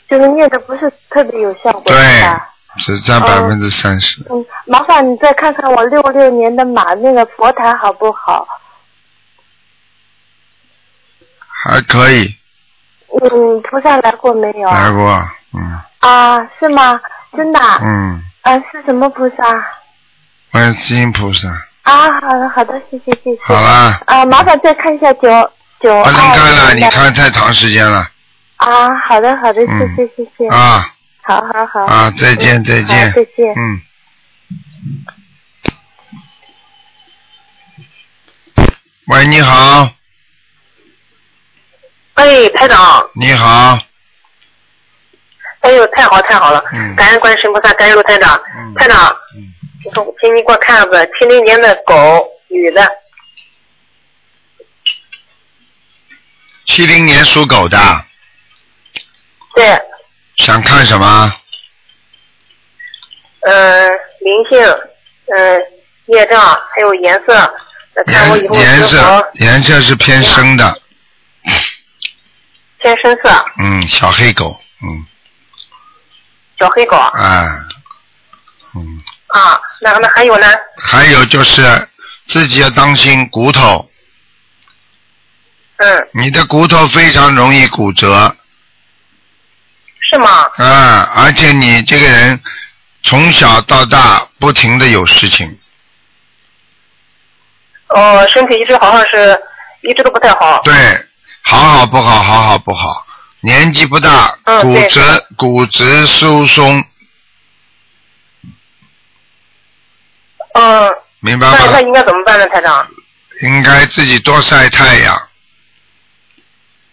S6: 就是念的不是特别有效果，
S1: 对嗯
S6: 是吧？，
S1: 只占百分之三十。
S6: 嗯，麻烦你再看看我六六年的马那个佛台好不好？
S1: 还可以，
S6: 嗯，菩萨来过没有？
S1: 来过，嗯
S6: 啊，是吗？真的啊？
S1: 嗯，
S6: 啊，是什么菩萨？
S1: 观世音菩萨，
S6: 啊，好的好的，谢谢谢谢。
S1: 好啦，
S6: 啊，麻烦再看一下九九
S1: 不
S6: 二
S1: 能看了，
S6: 年
S1: 你
S6: 的。
S1: 看太长时间了
S6: 啊，好的好的，谢
S1: 嗯
S6: 谢谢谢。
S1: 啊
S6: 好好好。
S1: 啊！再见再见
S6: 好，再见。
S1: 嗯。喂，你好，
S7: 哎，台长，
S1: 你好，
S7: 哎呦，太好太好了！
S1: 嗯
S7: 感恩观世音菩萨，感恩卢台长。
S1: 嗯
S7: 台长，
S1: 嗯
S7: 你说请你给我看个七零年的狗，女的，
S1: 七零年属狗的，
S7: 对，
S1: 想看什么？
S7: 嗯、灵性，嗯、业障，还有颜色，呃看我以
S1: 颜
S7: 后是
S1: 颜
S7: 否
S1: 色颜色是偏深的，
S7: 偏深色，
S1: 嗯，小黑狗，嗯，
S7: 小黑狗
S1: 啊，嗯，
S7: 啊。那那还有呢？
S1: 还有就是自己要当心骨头，
S7: 嗯，
S1: 你的骨头非常容易骨折，
S7: 是吗？
S1: 啊，而且你这个人从小到大不停的有事情，
S7: 哦，身体一直好像是一直都不太好。
S1: 对，好好不好，好好不好，年纪不大，
S7: 嗯
S1: 骨
S7: 对
S1: 折骨质疏松，
S7: 嗯，
S1: 明白
S7: 那那
S1: 吗？
S7: 应该怎么办呢，台长？
S1: 应该自己多晒太阳，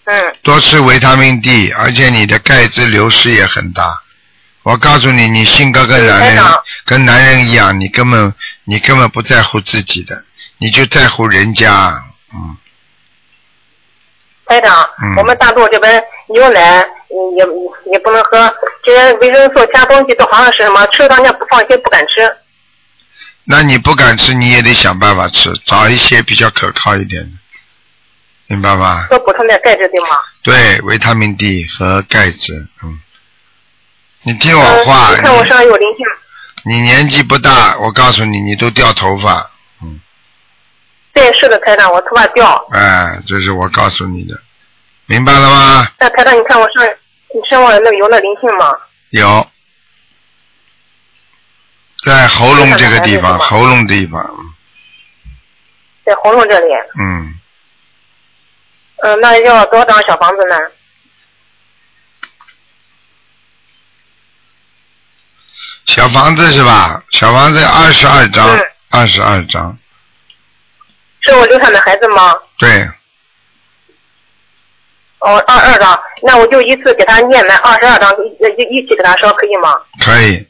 S7: 嗯，
S1: 多吃维他命 D，而且你的钙质流失也很大。我告诉你，你性格跟男
S7: 台
S1: 人
S7: 长
S1: 跟男人一样，你根本你根本不在乎自己的，你就在乎人家，嗯，
S7: 台长，
S1: 嗯
S7: 我们大陆这边牛奶
S2: 嗯也也不能喝，这些维生素加东西都好像是什么，吃了当天不放心，不敢吃。
S1: 那你不敢吃，你也得想办法吃，找一些比较可靠一点的，明白吧？
S2: 多补充点钙质，对吗？
S1: 对，维他命 D 和钙质，嗯。哦你听我
S2: 嗯，
S1: 话
S2: 你，看我身上有灵性，
S1: 你你年纪不大，我告诉你，你都掉头发，嗯，
S2: 对，是的，台长，我头发掉。
S1: 哎，这是我告诉你的，明白了吗？
S2: 那台长，你看我身上，你身上有那个有那灵性吗？
S1: 有，在喉咙这个地
S2: 这个
S1: 方，
S2: 男的是吗
S1: 喉咙地方，
S2: 在喉咙这里。
S1: 嗯，
S2: 嗯，那要多少张小房子呢？
S1: 小房子是吧？小房子二十二张
S2: 嗯，
S1: 二十二张，
S2: 是我流产的孩子吗？
S1: 对，
S2: 哦，二二张，那我就一次给他念完二十二张，一一一起给他烧，可以吗？
S1: 可以，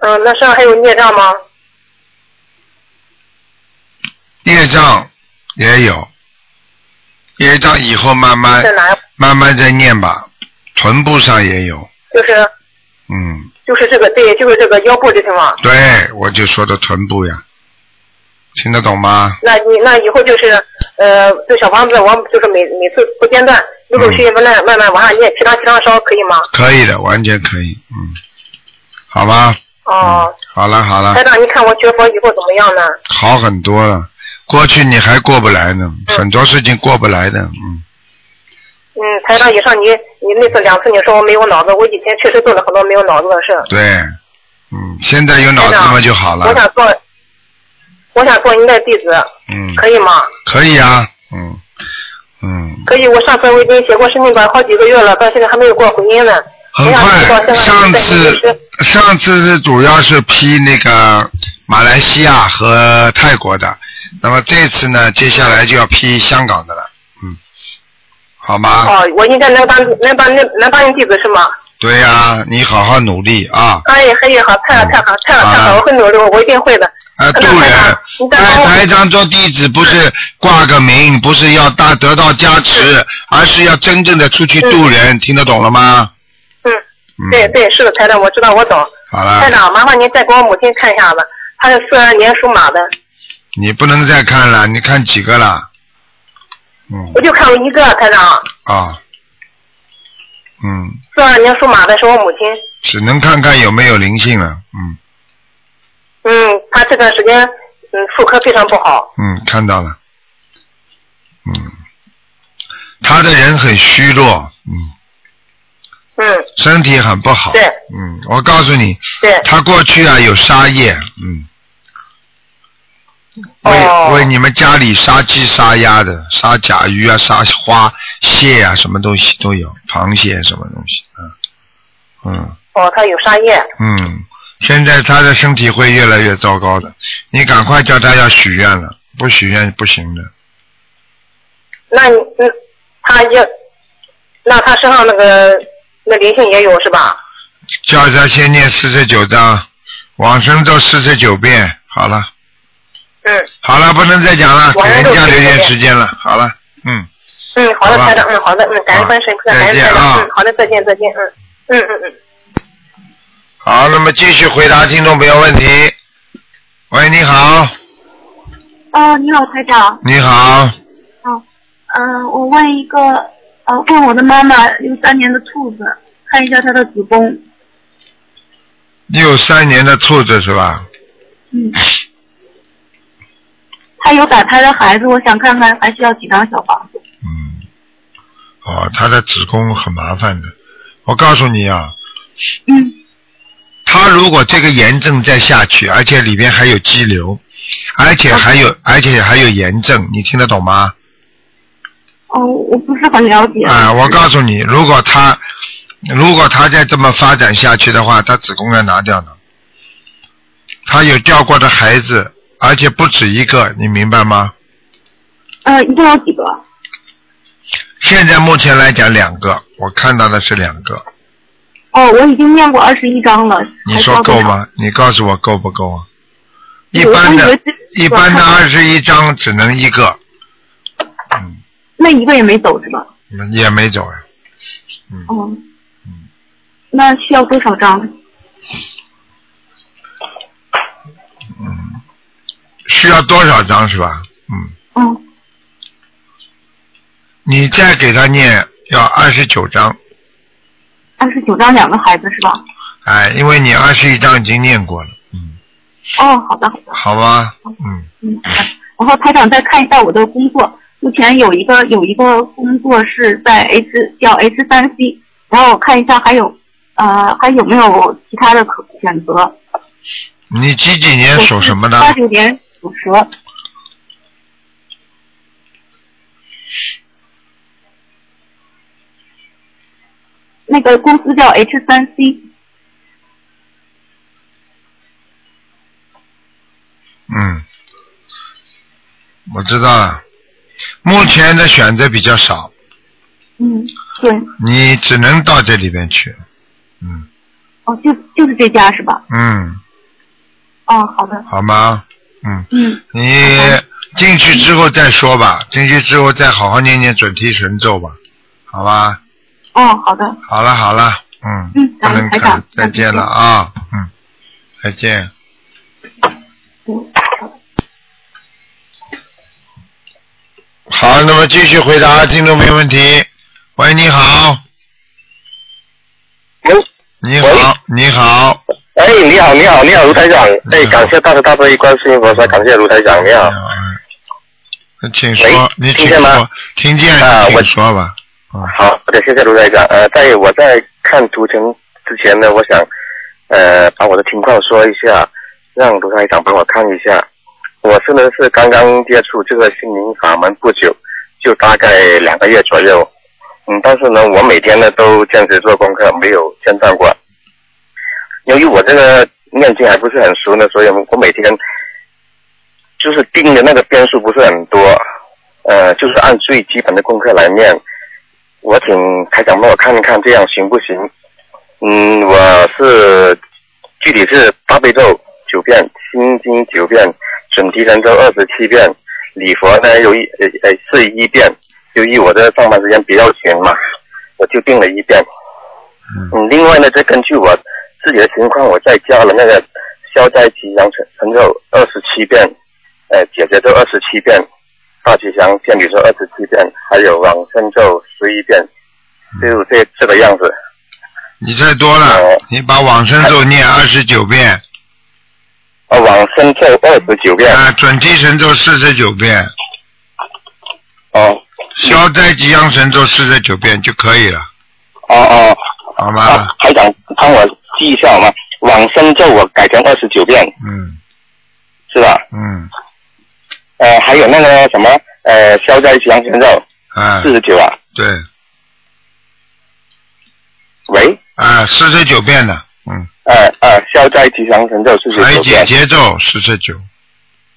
S2: 嗯，那身上还有孽障吗？
S1: 业障也有，业障以后慢慢
S2: 在哪？
S1: 慢慢再念吧，臀部上也有，
S2: 就是
S1: 嗯，
S2: 就是这个，对，就是这个腰部这地方。
S1: 对，我就说的臀部呀，听得懂吗？
S2: 那你那以后就是呃，这小房子我就是每每次不间断，陆陆续
S1: 嗯
S2: 续慢慢慢慢往上念，七张七张烧，可以吗？
S1: 可以的，完全可以，嗯，好吧，
S2: 哦，
S1: 好了好了
S2: 台，长，你看我学佛以后怎么样呢？
S1: 好很多了。过去你还过不来呢，很多事情过不来的，嗯，
S2: 嗯，台长，以上你你那次两次你说我没有脑子，我以前确实做了很多没有脑子的事。
S1: 对，嗯，现在有脑子
S2: 台长
S1: 嘛就好
S2: 我
S1: 了，
S2: 想做，我想做您的弟子，
S1: 嗯，
S2: 可以吗？
S1: 可以啊，嗯，嗯，
S2: 可以，我上次我已经写过申请表好几个月了，到现在还没有给我回音呢。
S1: 很
S2: 我想知道
S1: 快，
S2: 现在
S1: 上
S2: 您在您
S1: 次
S2: 是
S1: 上次是主要是批那个马来西亚和泰国的，那么这次呢，接下来就要批香港的了，嗯，好吗？
S2: 哦，我应该能当能当能能当您弟子是吗？
S1: 对呀、你好好努力啊！
S2: 哎呀，哎呀，好，太好太好太好太好，我会努力，我一定会的。
S1: 啊，
S2: 那
S1: 渡人
S2: 台长你，再
S1: 来
S2: 帮我
S1: 台长做弟子不是挂个名，不是要大得到加
S2: 嗯
S1: 持，而是要真正的出去渡人，听得懂了吗？
S2: 嗯，
S1: 嗯，啊
S2: 对，对，是的，台长，我知道，我懂。
S1: 好
S2: 台
S1: 了，
S2: 长，麻烦您再给我母亲看一下子，她是四二年属马的，
S1: 你不能再看了，你看几个了？嗯
S2: 我就看过一个台长，
S1: 啊，嗯，
S2: 四二年属马的是我母亲。
S1: 只能看看有没有灵性了，嗯
S2: 嗯，她这段时间嗯妇科非常不好。
S1: 嗯，看到了，嗯，他的人很虚弱，嗯，
S2: 嗯，
S1: 身体很不好，
S2: 对
S1: 嗯，我告诉你，
S2: 对，
S1: 他过去啊有杀业，嗯，为、
S2: 哦
S1: 为你们家里杀鸡杀鸭的，杀甲鱼啊，杀花蟹啊，什么东西都有，螃蟹什么东西，嗯
S2: 哦，她有沙叶。
S1: 嗯嗯，现在他的身体会越来越糟糕的，你赶快叫他要许愿了，不许愿不行的，
S2: 那你嗯，他要，那他身上那个那灵性也有是吧？
S1: 叫他先念四十九章，往生咒四十九遍，好了
S2: 嗯
S1: 好了，不能再讲了，给
S2: 往生
S1: 人
S2: 咒
S1: 家留点
S2: 49
S1: 时间了，好了，嗯。
S2: 嗯，好
S1: 好
S2: 的，
S1: 吧啊
S2: 台长，嗯，好的，嗯，感恩观世音菩萨，感
S1: 再
S2: 恩
S1: 见
S2: 台长，
S1: 啊
S2: 嗯，好的，再见，再见，嗯，嗯嗯嗯，
S1: 好，那么继续回答听众朋友问题。喂，你好，
S8: 哦，你好，台长。
S1: 你好，
S8: 嗯、我问一个，呃，问我的妈妈，六三年的兔子，看一下她的子宫。
S1: 六三年的兔子是吧？
S8: 嗯。她有打胎的孩子，我想看看还需要几张小房子。
S1: 嗯。哦，他的子宫很麻烦的。我告诉你啊，
S8: 嗯，
S1: 他如果这个炎症再下去，而且里边还有肌瘤，而且
S8: 啊
S1: 还有，而且还有炎症，你听得懂吗？
S8: 哦，我不是很了解。
S1: 啊、我告诉你，如果他如果他再这么发展下去的话，他子宫要拿掉的。他有掉过的孩子，而且不止一个，你明白吗？
S8: 呃，一共有几个？
S1: 现在目前来讲，两个，我看到的是两个，
S8: 哦，我已经念过二十一张了。
S1: 你
S8: 还需
S1: 说
S8: 要多
S1: 够
S8: 少？
S1: 吗？你告诉我够不够啊？一
S8: 我
S1: 般
S8: 我以
S1: 的
S8: 为这，
S1: 一般的二十一张只能一个，嗯，
S8: 那一个也没走是吧？哦
S1: 嗯也没走呀、嗯，
S9: 嗯，那需要多少张？
S1: 需要多少张是吧？嗯，
S8: 哦
S9: 嗯，
S1: 你再给他念要二十九张，
S9: 二十九张两个孩子是吧？
S1: 哎，因为你二十一张已经念过了，嗯，
S9: 哦，好的，
S1: 好吧，嗯，
S9: 嗯，好的然后台长再看一下我的工作，目前有一个有一个工作是在 H 叫 H 三 C，然后我看一下还有呃还有没有其他的可选择。
S1: 你几几年属什么的？
S9: 八九年属蛇。那个公司叫 H 三 C，
S1: 嗯，我知道了。目前的选择比较少，
S9: 嗯，对，
S1: 你只能到这里边去，嗯
S9: 哦，就就是这家是吧？
S1: 嗯，
S9: 哦，好的，
S1: 好吗？嗯，
S9: 嗯，
S1: 你进去之后再说吧，进去之后再好好念念准提神咒吧，好吧？
S9: 哦，好的，
S1: 好了好了，嗯，
S9: 嗯
S1: 不
S9: 感
S1: 能
S9: 恩台
S1: 看
S9: 长，
S1: 再见了啊，嗯，再见。
S9: 嗯，
S1: 好，那么继续回答听众没问题。喂，你好。
S5: 喂
S1: 你好，你好。
S5: 哎，你好，你好，你好，卢台长。哎，感谢大慈大悲观世音菩萨，感谢卢台长，你好。
S1: 嗯请说，
S5: 啊喂
S1: 你请
S5: 听见吗
S1: 说，听见
S5: 啊
S1: 你
S5: 我
S1: 请说吧。啊，
S5: 好的，谢谢卢台长。呃，在我在看图腾之前呢，我想呃把我的情况说一下，让卢台长帮我看一下。我是呢是刚刚接触这个心灵法门不久，就大概两个月左右。嗯，但是呢，我每天呢都坚持做功课，没有间断过。由于我这个念经还不是很熟呢，所以我每天就是定的那个遍数不是很多，呃，就是按最基本的功课来念。我请台长帮我看一看，这样行不行？嗯，我是具体是大悲咒九遍，心经九遍，准提神咒二十七遍，礼佛呢有一呃呃是一遍。由于我的上班时间比较紧嘛，我就定了一遍。嗯，另外呢，再根据我自己的情况，我再加了那个消灾吉祥神神咒二十七遍，呃，解结咒二十七遍，大吉祥天女咒二十七遍，还有往生咒十一遍，
S1: 嗯
S5: 就这这个样子。
S1: 你太多了
S5: 呃，
S1: 你把往生咒念二十九遍，
S5: 啊，往生咒二十九遍，
S1: 啊，准提神咒四十九遍，
S5: 哦，
S1: 消灾吉祥神咒四十九遍就可以了，
S5: 哦哦，
S1: 好
S5: 啊
S1: 吗？，
S5: 台长帮我记一下好吗？往生咒我改成二十九遍，
S1: 嗯
S5: 是吧？
S1: 嗯，
S5: 呃，还有那个什么，呃，消灾吉祥神咒
S1: 啊
S5: 四，十九啊，
S1: 对，
S5: 喂，
S1: 啊，四十九遍的，嗯，
S5: 呃呃，消灾吉祥神咒四十
S1: 还有
S5: 九
S1: 解
S5: 遍，
S1: 结咒四十九，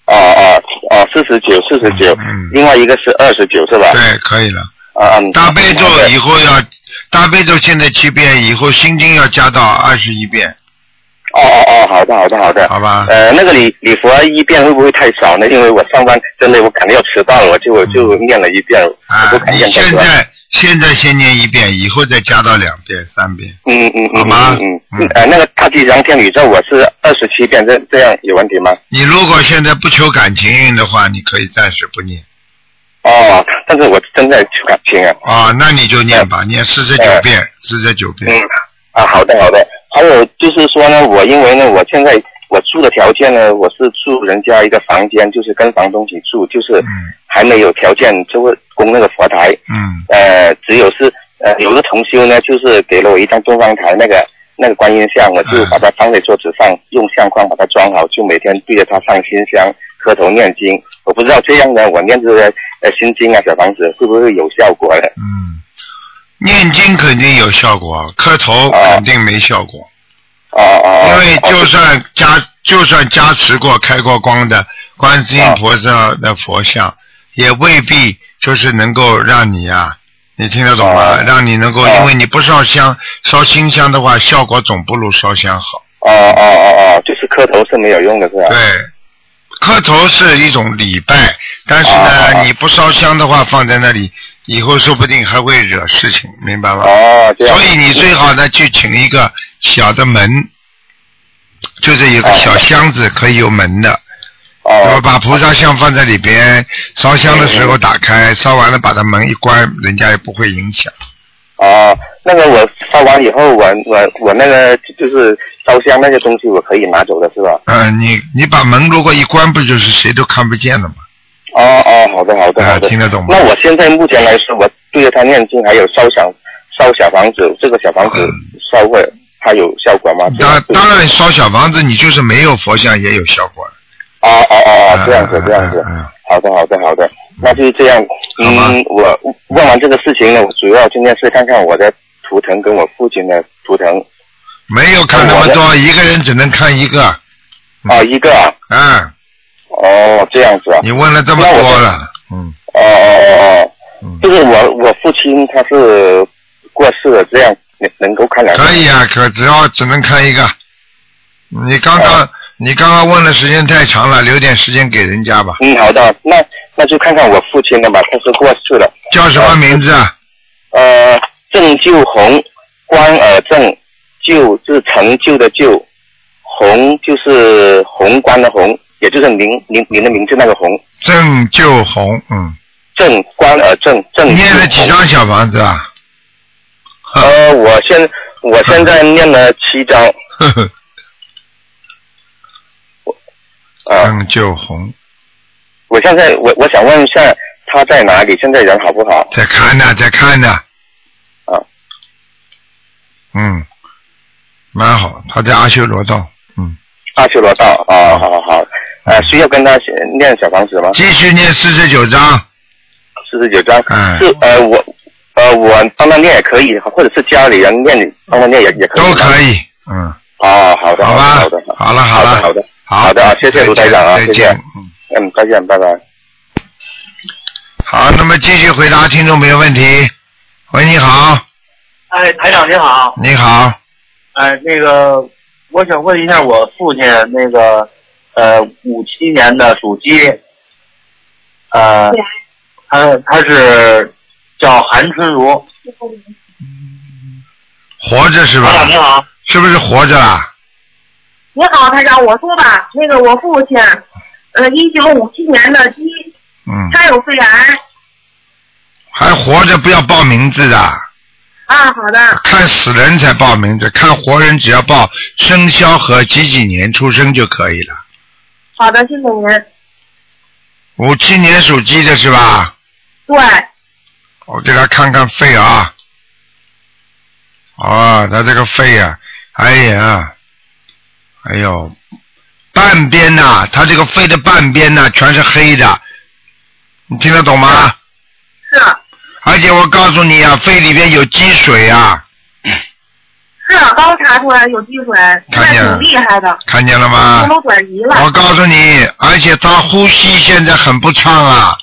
S5: 哦哦哦，四十九四十九
S1: 嗯嗯，
S5: 另外一个是二十九是吧？
S1: 对，可以了。
S5: 啊嗯，
S1: 大悲咒
S5: 对
S1: 以后要，大悲咒现在七遍，以后心经要加到二十一遍，
S5: 哦哦哦，好的好的好的，
S1: 好吧？
S5: 呃，那个礼礼佛一遍会不会太少呢？因为我上班真的我感觉要迟到了，我就我就念了一遍，
S1: 啊
S5: 我不，
S1: 嗯
S5: 敢
S1: 你
S5: 念太
S1: 现
S5: 多。
S1: 在现在先念一遍，以后再加到两遍、三遍，
S5: 嗯嗯嗯，
S1: 好吗
S5: 嗯
S1: 嗯
S5: 嗯，呃，那个大吉祥天宇咒我是二十七遍，这这样有问题吗？
S1: 你如果现在不求感情运的话，你可以暂时不念
S5: 哦，但是我真的求感情啊。
S1: 啊，那你就念
S5: 哎
S1: 吧，念四十九遍，四十九遍。
S5: 嗯，啊，好的好的。还有就是说呢，我因为呢，我现在我住的条件呢，我是住人家一个房间，就是跟房东一起住，就是
S1: 嗯
S5: 还没有条件就会供那个佛台。
S1: 嗯
S5: 呃，只有是呃，有个同修呢，就是给了我一张东方台那个那个观音像，我就
S1: 嗯
S5: 把它放在桌子上，用相框把它装好，就每天对着它上心香，磕头念经。我不知道这样呢，我念这个呃心经啊小房子会不会有效果呢？
S1: 嗯，念经肯定有效果，磕头
S5: 啊
S1: 肯定没效果。
S5: 哦哦
S10: 啊
S5: 哦，
S1: 因为就
S5: 哦
S1: 算加就算加持过、开过光的观世音菩萨的佛像，也未必就是能够让你啊，你听得懂吗？
S5: 哦
S1: 让你能够，
S5: 哦
S1: 因为你不烧香、烧新香的话，效果总不如烧香好。
S5: 哦哦哦哦，就是磕头是没有用的是吧？
S10: 啊
S1: 对，磕头是一种礼拜，但是
S5: 哦
S1: 呢，
S5: 哦
S1: 你不烧香的话，放在那里以后说不定还会惹事情，明白吗？
S5: 哦，
S10: 啊
S5: 这样。
S1: 所以你最好呢去请一个小的门，就是有个小箱子可以有门的，那么
S5: 哦
S1: 把菩萨像放在里边，烧香的时候打开，烧完了把它门一关，人家也不会影响。
S5: 哦，那个我烧完以后，我我我那个就是烧香那些东西，我可以拿走的是吧？
S1: 嗯、你你把门如果一关，不就是谁都看不见了吗？
S5: 哦哦，好的好的
S1: 啊
S5: 好的，
S1: 听得懂吗
S5: 那我现在目前来说，我对着他念经，还有烧小烧小房子，这个小房子烧会它有效果吗？
S1: 嗯当
S5: 这个
S1: 当然烧小房子，你就是没有佛像也有效果了。
S5: 哦哦哦哦，
S10: 啊
S5: 这样子
S1: 嗯
S5: 这样子，
S1: 嗯嗯嗯
S5: 好的好的好的，那就是这样。
S1: 好吧
S5: 嗯，我问完这个事情呢，我主要今天是看看我的图腾跟我父亲的图腾
S1: 没有看那么多，一个人只能看一个。
S5: 啊、一个啊，
S1: 嗯，
S5: 哦这样子啊，
S1: 你问了这么多了，嗯
S5: 哦哦哦哦
S1: 嗯，
S5: 就是我我父亲他是过世了，这样能能够看了
S1: 可以啊，可只要只能看一个。你刚
S5: 哦
S1: 刚你刚刚问的时间太长了，留点时间给人家吧。
S5: 嗯，好的，那那就看看我父亲的吧，他是过世了。
S1: 叫什么名字啊？
S5: 呃，郑旧红，关尔郑，旧是陈旧的旧，红就是宏观的宏，也就是您您您的名字那个红，
S1: 郑旧红，嗯，
S5: 郑关尔郑郑。
S1: 念了几？张小房子啊？
S5: 呃，我现我现在念了七张，
S1: 呵呵，
S5: 啊、
S1: 郑旧红
S5: 我现在我我想问一下他在哪里，现在人好不好？
S1: 在看呢，在看呢。
S5: 啊。
S1: 嗯，蛮好，他在阿修罗道，嗯，
S5: 阿修罗道啊，好好好，呃，需要跟他念小房子吗？
S1: 继续念四十九章。
S5: 四十九张，
S1: 嗯
S5: 是呃我呃我帮他念也可以，或者是家里人念帮他念也也可以
S1: 都
S5: 吗，
S1: 可以，嗯，
S5: 哦，好的，
S1: 好吧
S5: 好的，
S1: 好了好
S5: 好
S1: 了
S5: 的，好的，
S1: 好，
S5: 好的，谢谢卢台长啊，
S1: 再
S5: 谢谢
S1: 见，，嗯，
S5: 嗯，再见，拜拜。
S1: 好，那么继续回答听众朋友问题。喂，你好，
S10: 哎，台长您好，
S1: 你好，
S10: 哎，那个我想问一下我父亲那个，呃，五七年的属鸡，呃，他他是叫韩春如，
S1: 活着是
S10: 台
S1: 吧
S10: 长？您好，
S1: 是不是活着啊啦？
S8: 你好，台长，我说吧，那个我父亲，呃，一九五七年的鸡，
S1: 嗯，
S8: 他有肺癌
S1: 还活着不要报名字的，
S8: 啊。好的，
S1: 看死人才报名字，看活人只要报生肖和几几年出生就可以了。
S8: 好的，谢谢您。
S1: 五七年属鸡的是吧？
S8: 对，
S1: 我给他看看肺啊。啊，他这个肺啊，哎呀，哎呦，半边呐、他这个肺的半边呐、全是黑的，你听得懂吗？
S8: 是
S1: 而且我告诉你啊，肺里边有积水啊，
S8: 是，刚查出来有积水，现
S1: 看见了啊
S8: 在挺厉害的，
S1: 看见了吗
S8: 全？都转移了。
S1: 我告诉你，而且他呼吸现在很不畅啊，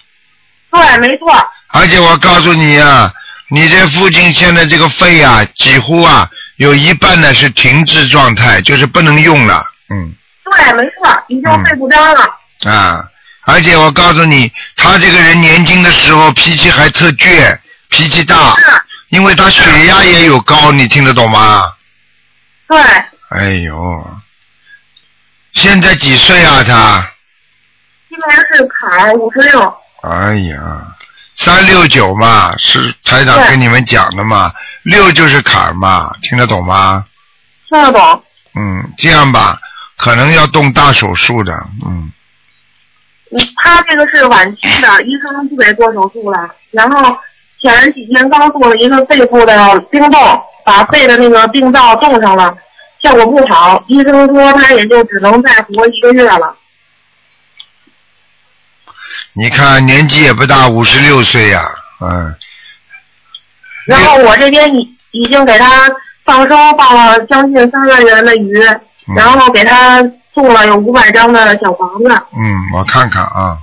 S8: 对，没错，
S1: 而且我告诉你啊，你这父亲现在这个肺啊，几乎啊有一半呢是停滞状态，就是不能用了，嗯
S8: 对，没错，已经肺不张了。
S1: 啊，而且我告诉你，他这个人年轻的时候脾气还特倔，脾气大，
S8: 是，
S1: 因为他血压也有高，你听得懂吗？
S8: 对，
S1: 哎呦，现在几岁啊他？
S8: 今年是坎五十六。
S1: 哎呀，三六九嘛，是台长
S8: 对
S1: 跟你们讲的嘛，六就是坎嘛，听得懂吗？
S8: 听得懂？
S1: 嗯，这样吧，可能要动大手术的，嗯，
S8: 嗯，他这个是晚期的，医生就给做手术了，然后前几天刚做了一个肺部的冰冻，把肺的那个病灶冻上了，效果不好，医生说他也就只能再活一个月了。
S1: 嗯你看年纪也不大，五十六岁呀、嗯，
S8: 然后我这边已已经给他放生放了将近三万元的鱼，
S1: 嗯
S8: 然后给他送了有五百张的小房子。
S1: 嗯，我看看啊。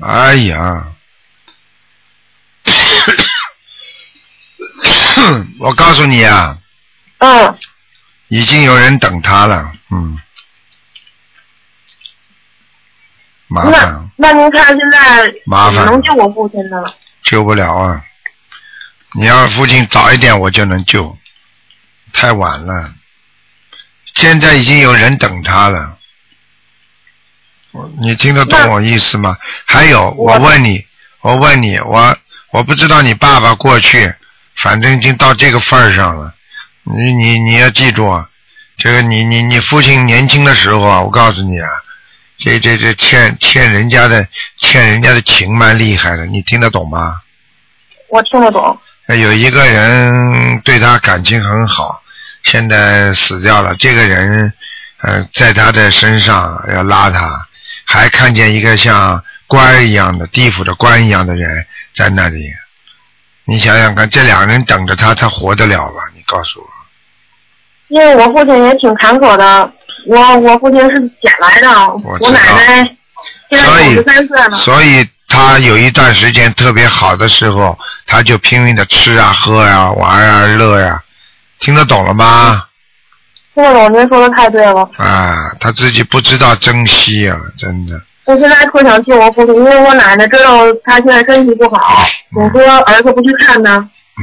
S1: 哎呀， 我告诉你啊，
S8: 嗯，
S1: 已经有人等他了，嗯，麻
S8: 那
S1: 烦，
S8: 那那您看现在
S1: 麻烦
S8: 能救我父亲呢？
S1: 救不了啊！你要父亲早一点，我就能救。太晚了，现在已经有人等他了。我你听得懂我意思吗？还有，我问你，我问你，我我不知道你爸爸过去，反正已经到这个份儿上了。你你你要记住啊，这个你你你父亲年轻的时候啊，我告诉你啊，这这这欠欠人家的欠人家的情蛮厉害的，你听得懂吗？
S8: 我听得懂。
S1: 有一个人对他感情很好，现在死掉了。这个人，呃，在他的身上要拉他，还看见一个像官一样的地府的官一样的人在那里。你想想看，这两个人等着他，他活得了吗？你告诉我。
S8: 因为我父亲也挺坎坷的，我我父亲是捡来的，
S1: 我
S8: 我
S1: 知道
S8: 奶奶现
S1: 所
S8: 在九
S1: 以
S8: 十三岁了，。
S1: 所以他有一段时间特别好的时候，他就拼命的吃啊、喝啊、玩啊、乐呀、听得懂了吗？
S8: 听得懂，您说的太对了。
S1: 啊，他自己不知道珍惜啊，真的。
S8: 我现在特想救我父亲，因为我奶奶知道他现在身体不好，我
S1: 嗯
S8: 和儿子不去看他，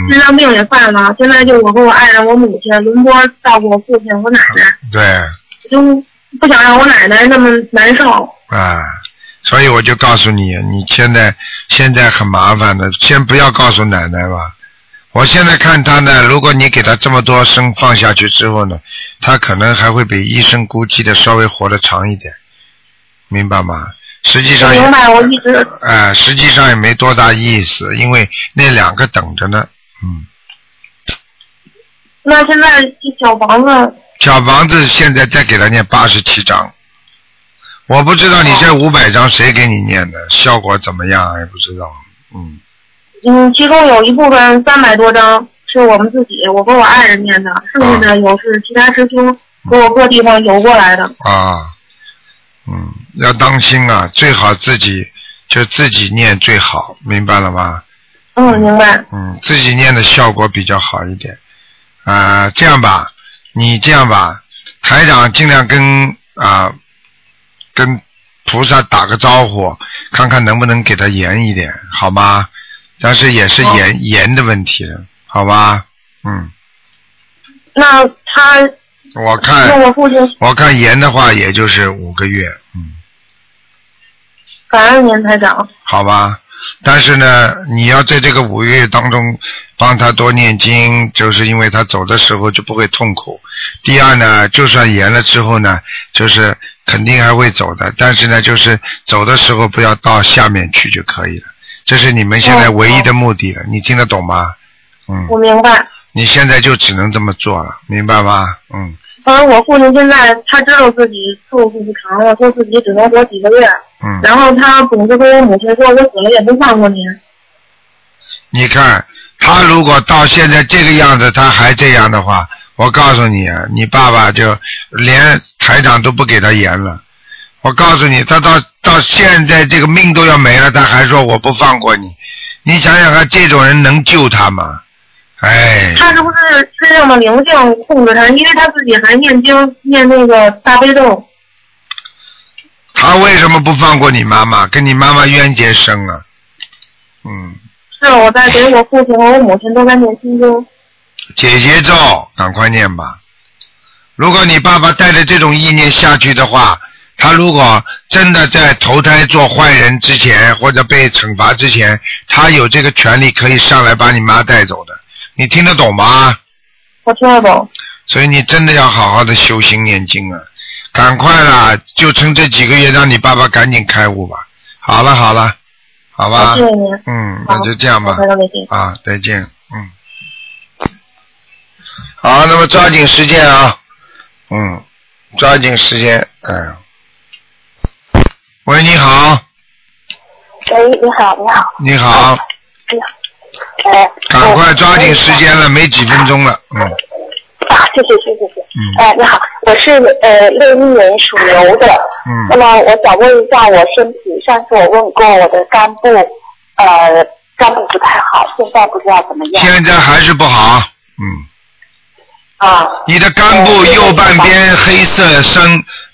S8: 心脏病也犯了，现在就我和我爱人、我母亲轮播照顾我父亲、我奶奶，
S1: 对，
S8: 我就不想让我奶奶那么难受。
S1: 啊，所以我就告诉你，你现在现在很麻烦的，先不要告诉奶奶吧。我现在看他呢，如果你给他这么多生放下去之后呢，他可能还会比医生估计的稍微活得长一点，明白吗？实际
S8: 我
S1: 上也，
S8: 明白，我一直
S1: 呃，实际上也没多大意思，因为那两个等着呢。嗯
S8: 那现在这小房子，
S1: 小房子现在再给他念八十七章，我不知道你这五百章谁给你念的，效果怎么样也不知道。嗯，
S8: 嗯，其中有一部分三百多张是我们自己，我和我爱人念的，剩下的有是其他师兄给我各地方邮过来的。
S1: 啊，嗯，要当心啊，最好自己就自己念最好，明白了吗？
S8: 嗯，明白。
S1: 嗯，自己念的效果比较好一点。啊、这样吧，你这样吧，台长尽量跟啊、跟菩萨打个招呼，看看能不能给他严一点，好吗？但是也
S8: 哦
S1: 是严、严的问题了，好吧？嗯，
S8: 那他
S1: 我
S8: 那
S1: 看
S8: 我父亲，
S1: 我看严的话，也就是五个月，嗯，
S8: 感恩您台长。
S1: 好吧？但是呢，你要在这个五个月当中帮他多念经，就是因为他走的时候就不会痛苦。第二呢，就算严了之后呢，就是肯定还会走的，但是呢，就是走的时候不要到下面去就可以了。这是你们现在唯一的目的了，你听得懂吗？嗯，
S8: 哦我明白。
S1: 你现在就只能这么做了，明白吧？嗯，
S8: 反正我父亲现在他知道自己寿数不长了，说自己只能活几个月。
S1: 嗯
S8: 然后他总是跟我母亲说：“我死了也不放过您。
S1: 你看他如果到现在这个样子，他还这样的话，我告诉你啊，你爸爸就连台长都不给他演了。我告诉你，他到到现在这个命都要没了，他还说我不放过你。你想想看，这种人能救他吗？哎”，
S8: 他是不是身上的灵性控制他？因为他自己还念经念那个大悲咒。
S1: 他为什么不放过你妈妈？跟你妈妈冤结深啊。嗯，
S8: 是我在给我父亲和我母亲都在念心经。
S1: 姐姐咒，赶快念吧。如果你爸爸带着这种意念下去的话，他如果真的在投胎做坏人之前，或者被惩罚之前，他有这个权利可以上来把你妈带走的。你听得懂吗？
S8: 我听得懂。
S1: 所以你真的要好好的修心念经啊！赶快啦，就趁这几个月让你爸爸赶紧开悟吧。好了好了，好吧。
S8: 谢谢您
S11: 啊
S1: 嗯，那就这样吧
S8: 好台长再见。
S1: 啊，再见。嗯。好，那么抓紧时间啊。嗯，抓紧时间。嗯。喂，你好，
S11: 喂，你好，你好，
S1: 你好，
S11: 哎，
S1: 赶快抓紧时间了，没几分钟了。嗯，
S11: 啊，谢谢谢谢谢谢，哎，你好，我是呃六一年属牛的，
S1: 嗯
S11: 那么我想问一下我身体，上次我问过我的肝部，呃，肝部不太好，现在不知道怎么样，
S1: 现在还是不好。嗯。
S8: 啊，
S1: 你的肝部
S11: 哎
S1: 右半边黑色深，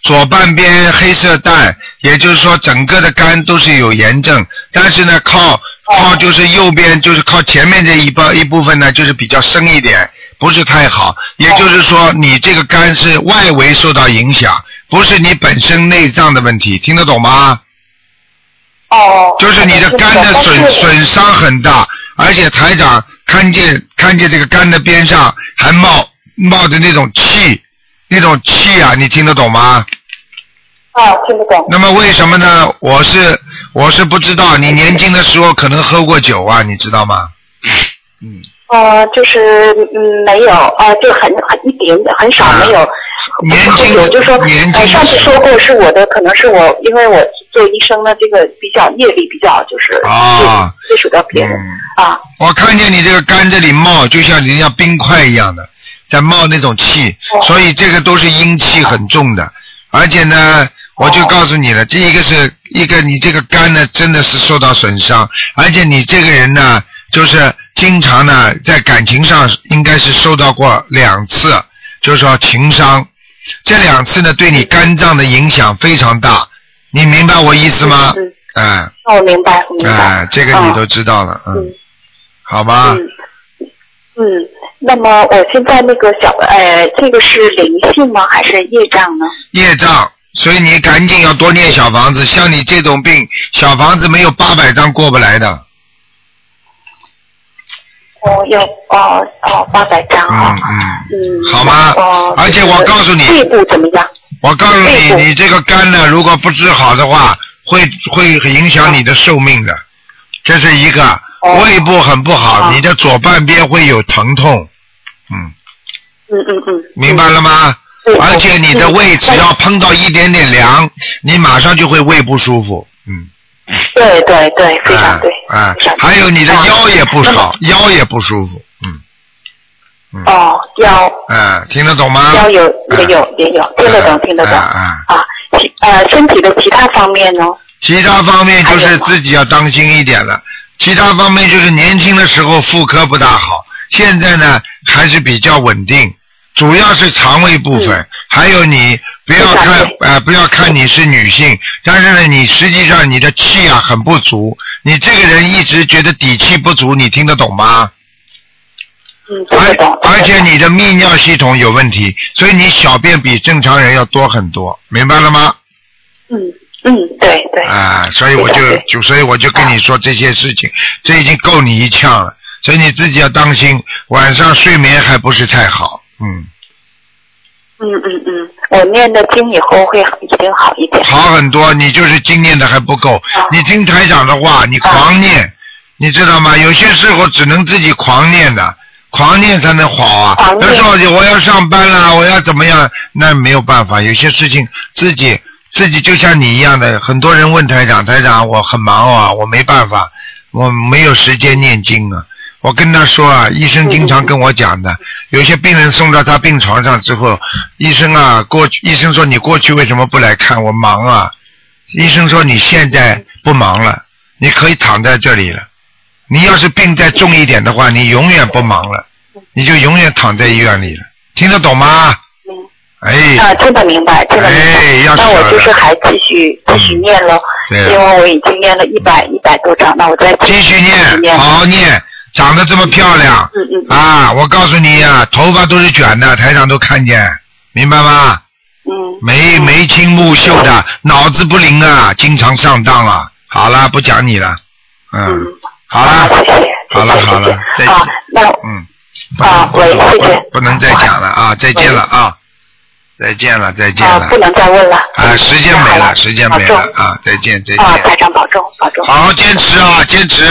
S1: 左半边黑色淡，也就是说整个的肝都是有炎症，但是呢，
S11: 哦
S1: 靠靠就是右边就是靠前面这一半一部分呢，就是比较深一点，不是太好。也就是说，
S11: 哦
S1: 你这个肝是外围受到影响，不是你本身内脏的问题，听得懂吗？
S8: 哦，
S1: 就是你的肝的损损伤很大，而且台长看见看见这个肝的边上还冒冒着那种气，那种气啊，你听得懂吗？
S8: 啊，听得懂。
S1: 那么为什么呢？我是我是不知道，你年轻的时候可能喝过酒啊，你知道吗？
S8: 呃，就是嗯，没有，呃，就很很一点很少没有。
S1: 啊年轻
S8: 有，就是说，
S1: 年轻
S8: 呃，上次说过是我的，可能是我，因为我做医生的这个比较业力比较就是
S1: 啊
S8: 接触到别人啊，
S1: 我看见你这个肝这里冒，就像人家冰块一样的，在冒那种气，所以这个都是阴气很重的。而且呢，我就告诉你了，这一个是一个你这个肝呢，真的是受到损伤，而且你这个人呢，就是经常呢在感情上应该是受到过两次，就是说情伤，这两次呢对你肝脏的影响非常大，你明白我意思吗？
S8: 嗯
S1: 哎、
S8: 那我明白，啊我明白。
S1: 哎、这个你都知道了，嗯，好吧，
S8: 嗯，那么我现在那个小呃，这个是灵性吗？还是业障呢？
S1: 业障，所以你赶紧要多念小房子。像你这种病，小房子没有八百张过不来的，
S8: 哦，要哦哦，八百张啊，
S1: 嗯
S8: 嗯，
S1: 好吗
S8: 哦，
S1: 而且我告诉你
S8: 肺部怎么样？
S1: 我告诉
S8: 肺
S1: 你，
S8: 部
S1: 你这个肝呢，如果不治好的话，会会影响你的寿命的。这是一个，
S8: 哦
S1: 胃部很不
S8: 啊
S1: 好，你的左半边会有疼痛，
S8: 嗯嗯嗯，
S1: 明白了吗？
S8: 对嗯
S1: 而且你的胃只要碰到一点点凉，你马上就会胃不舒服，嗯。
S8: 对对对，非常对。
S1: 啊，还有你的腰也不好，腰也不舒服，
S8: 哦，腰
S1: 哎，听得懂吗？
S8: 腰有也有也有，听得懂听得懂
S1: 啊
S8: 啊，其呃身体的其他方面呢？
S1: 其他方面就是自己要当心一点了。其他方面就是年轻的时候妇科不大好，现在呢还是比较稳定，主要是肠胃部分。
S8: 嗯
S1: 还有你不要看呃不要看你是女性，但是呢你实际上你的气啊很不足，你这个人一直觉得底气不足，你听得懂吗？
S8: 嗯，
S1: 而而且你的泌尿系统有问题，所以你小便比正常人要多很多，明白了吗？
S8: 嗯嗯，对对。
S1: 啊，所以我就就所以我就跟你说这些事情，这已经够你一呛了，所以你自己要当心，晚上睡眠还不是太好，嗯，
S8: 嗯嗯嗯，我念的经以后会一定好一点。
S1: 好很多，你就是经念的还不够，你听台长的话，你狂念，你知道吗？有些时候只能自己狂念的。狂念才能好啊！要说我要上班啦，我要怎么样？那没有办法，有些事情自己自己就像你一样的，很多人问台长，台长我很忙啊，我没办法，我没有时间念经啊。我跟他说啊，医生经常跟我讲的，有些病人送到他病床上之后，医生啊，过去医生说你过去为什么不来看？我忙啊。医生说你现在不忙了，你可以躺在这里了。你要是病再重一点的话，你永远不忙了，你就永远躺在医院里了。听得懂吗？哎，
S8: 啊，听得明白，听得明白。
S1: 哎要
S8: 那
S1: 晓
S8: 我
S1: 得
S8: 就是还继续继续念喽，
S1: 对
S8: 因为我已经念了一百一百多章，那我再
S1: 继续
S8: 念，
S1: 好好念，长得这么漂亮，
S8: 嗯
S1: 啊，我告诉你呀、头发都是卷的，台上都看见，明白吗？
S8: 嗯。
S1: 眉眉清目秀的，脑子不灵啊，经常上当啊。好了，不讲你了，嗯，好
S8: 啊
S1: 了，好了，好了，再见，
S8: 那
S1: 嗯，
S8: 啊，喂，谢谢。
S1: 不能再讲了啊，再见了啊，再见了，再见
S8: 啊，
S1: 了
S8: 不，能再问了。
S1: 啊，时间没了，时间没
S8: 保
S1: 了
S8: 重
S1: 啊，再见，再
S8: 啊，
S1: 见，
S8: 台长保重，保重。
S1: 好好坚持啊，坚持。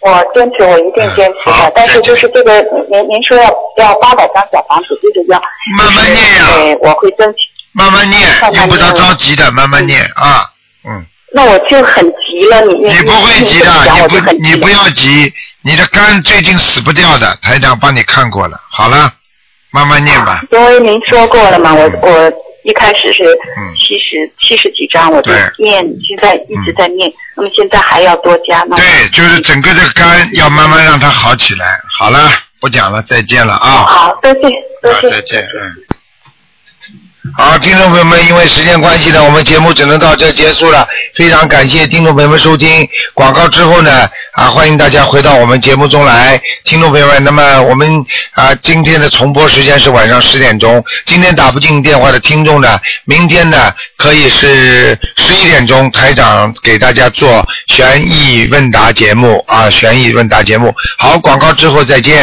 S8: 我坚持，我一定坚
S1: 嗯
S8: 持的。但是就是这个，您您说要要八百张小房子，这个要
S1: 慢慢念呀、
S8: 对，我会争取。
S1: 慢慢念，
S8: 慢慢念
S1: 用不着着急的，慢慢念啊。
S8: 那我就很急了，你你
S1: 你不会急的，
S8: 讲我
S1: 你
S8: 就
S1: 不
S8: 很
S1: 你不要急，你的肝最近死不掉的，台长帮你看过了。好了，慢慢念吧。
S8: 因为您说过了嘛，我我一开始是七十七十几张，我就念，现在一直在念，那么现在还要多加呢。
S1: 对，就是整个这个肝要慢慢让它好起来。好了，不讲了，再见了啊！
S2: 好，多谢，多
S1: 啊，
S2: 谢。
S1: 再见，嗯。好，听众朋友们，因为时间关系呢，我们节目只能到这结束了。非常感谢听众朋友们收听广告之后呢，啊，欢迎大家回到我们节目中来，听众朋友们。那么我们啊，今天的重播时间是晚上十点钟。今天打不进电话的听众呢，明天呢可以是十一点钟，台长给大家做悬疑问答节目啊，悬疑问答节目。好，广告之后再见。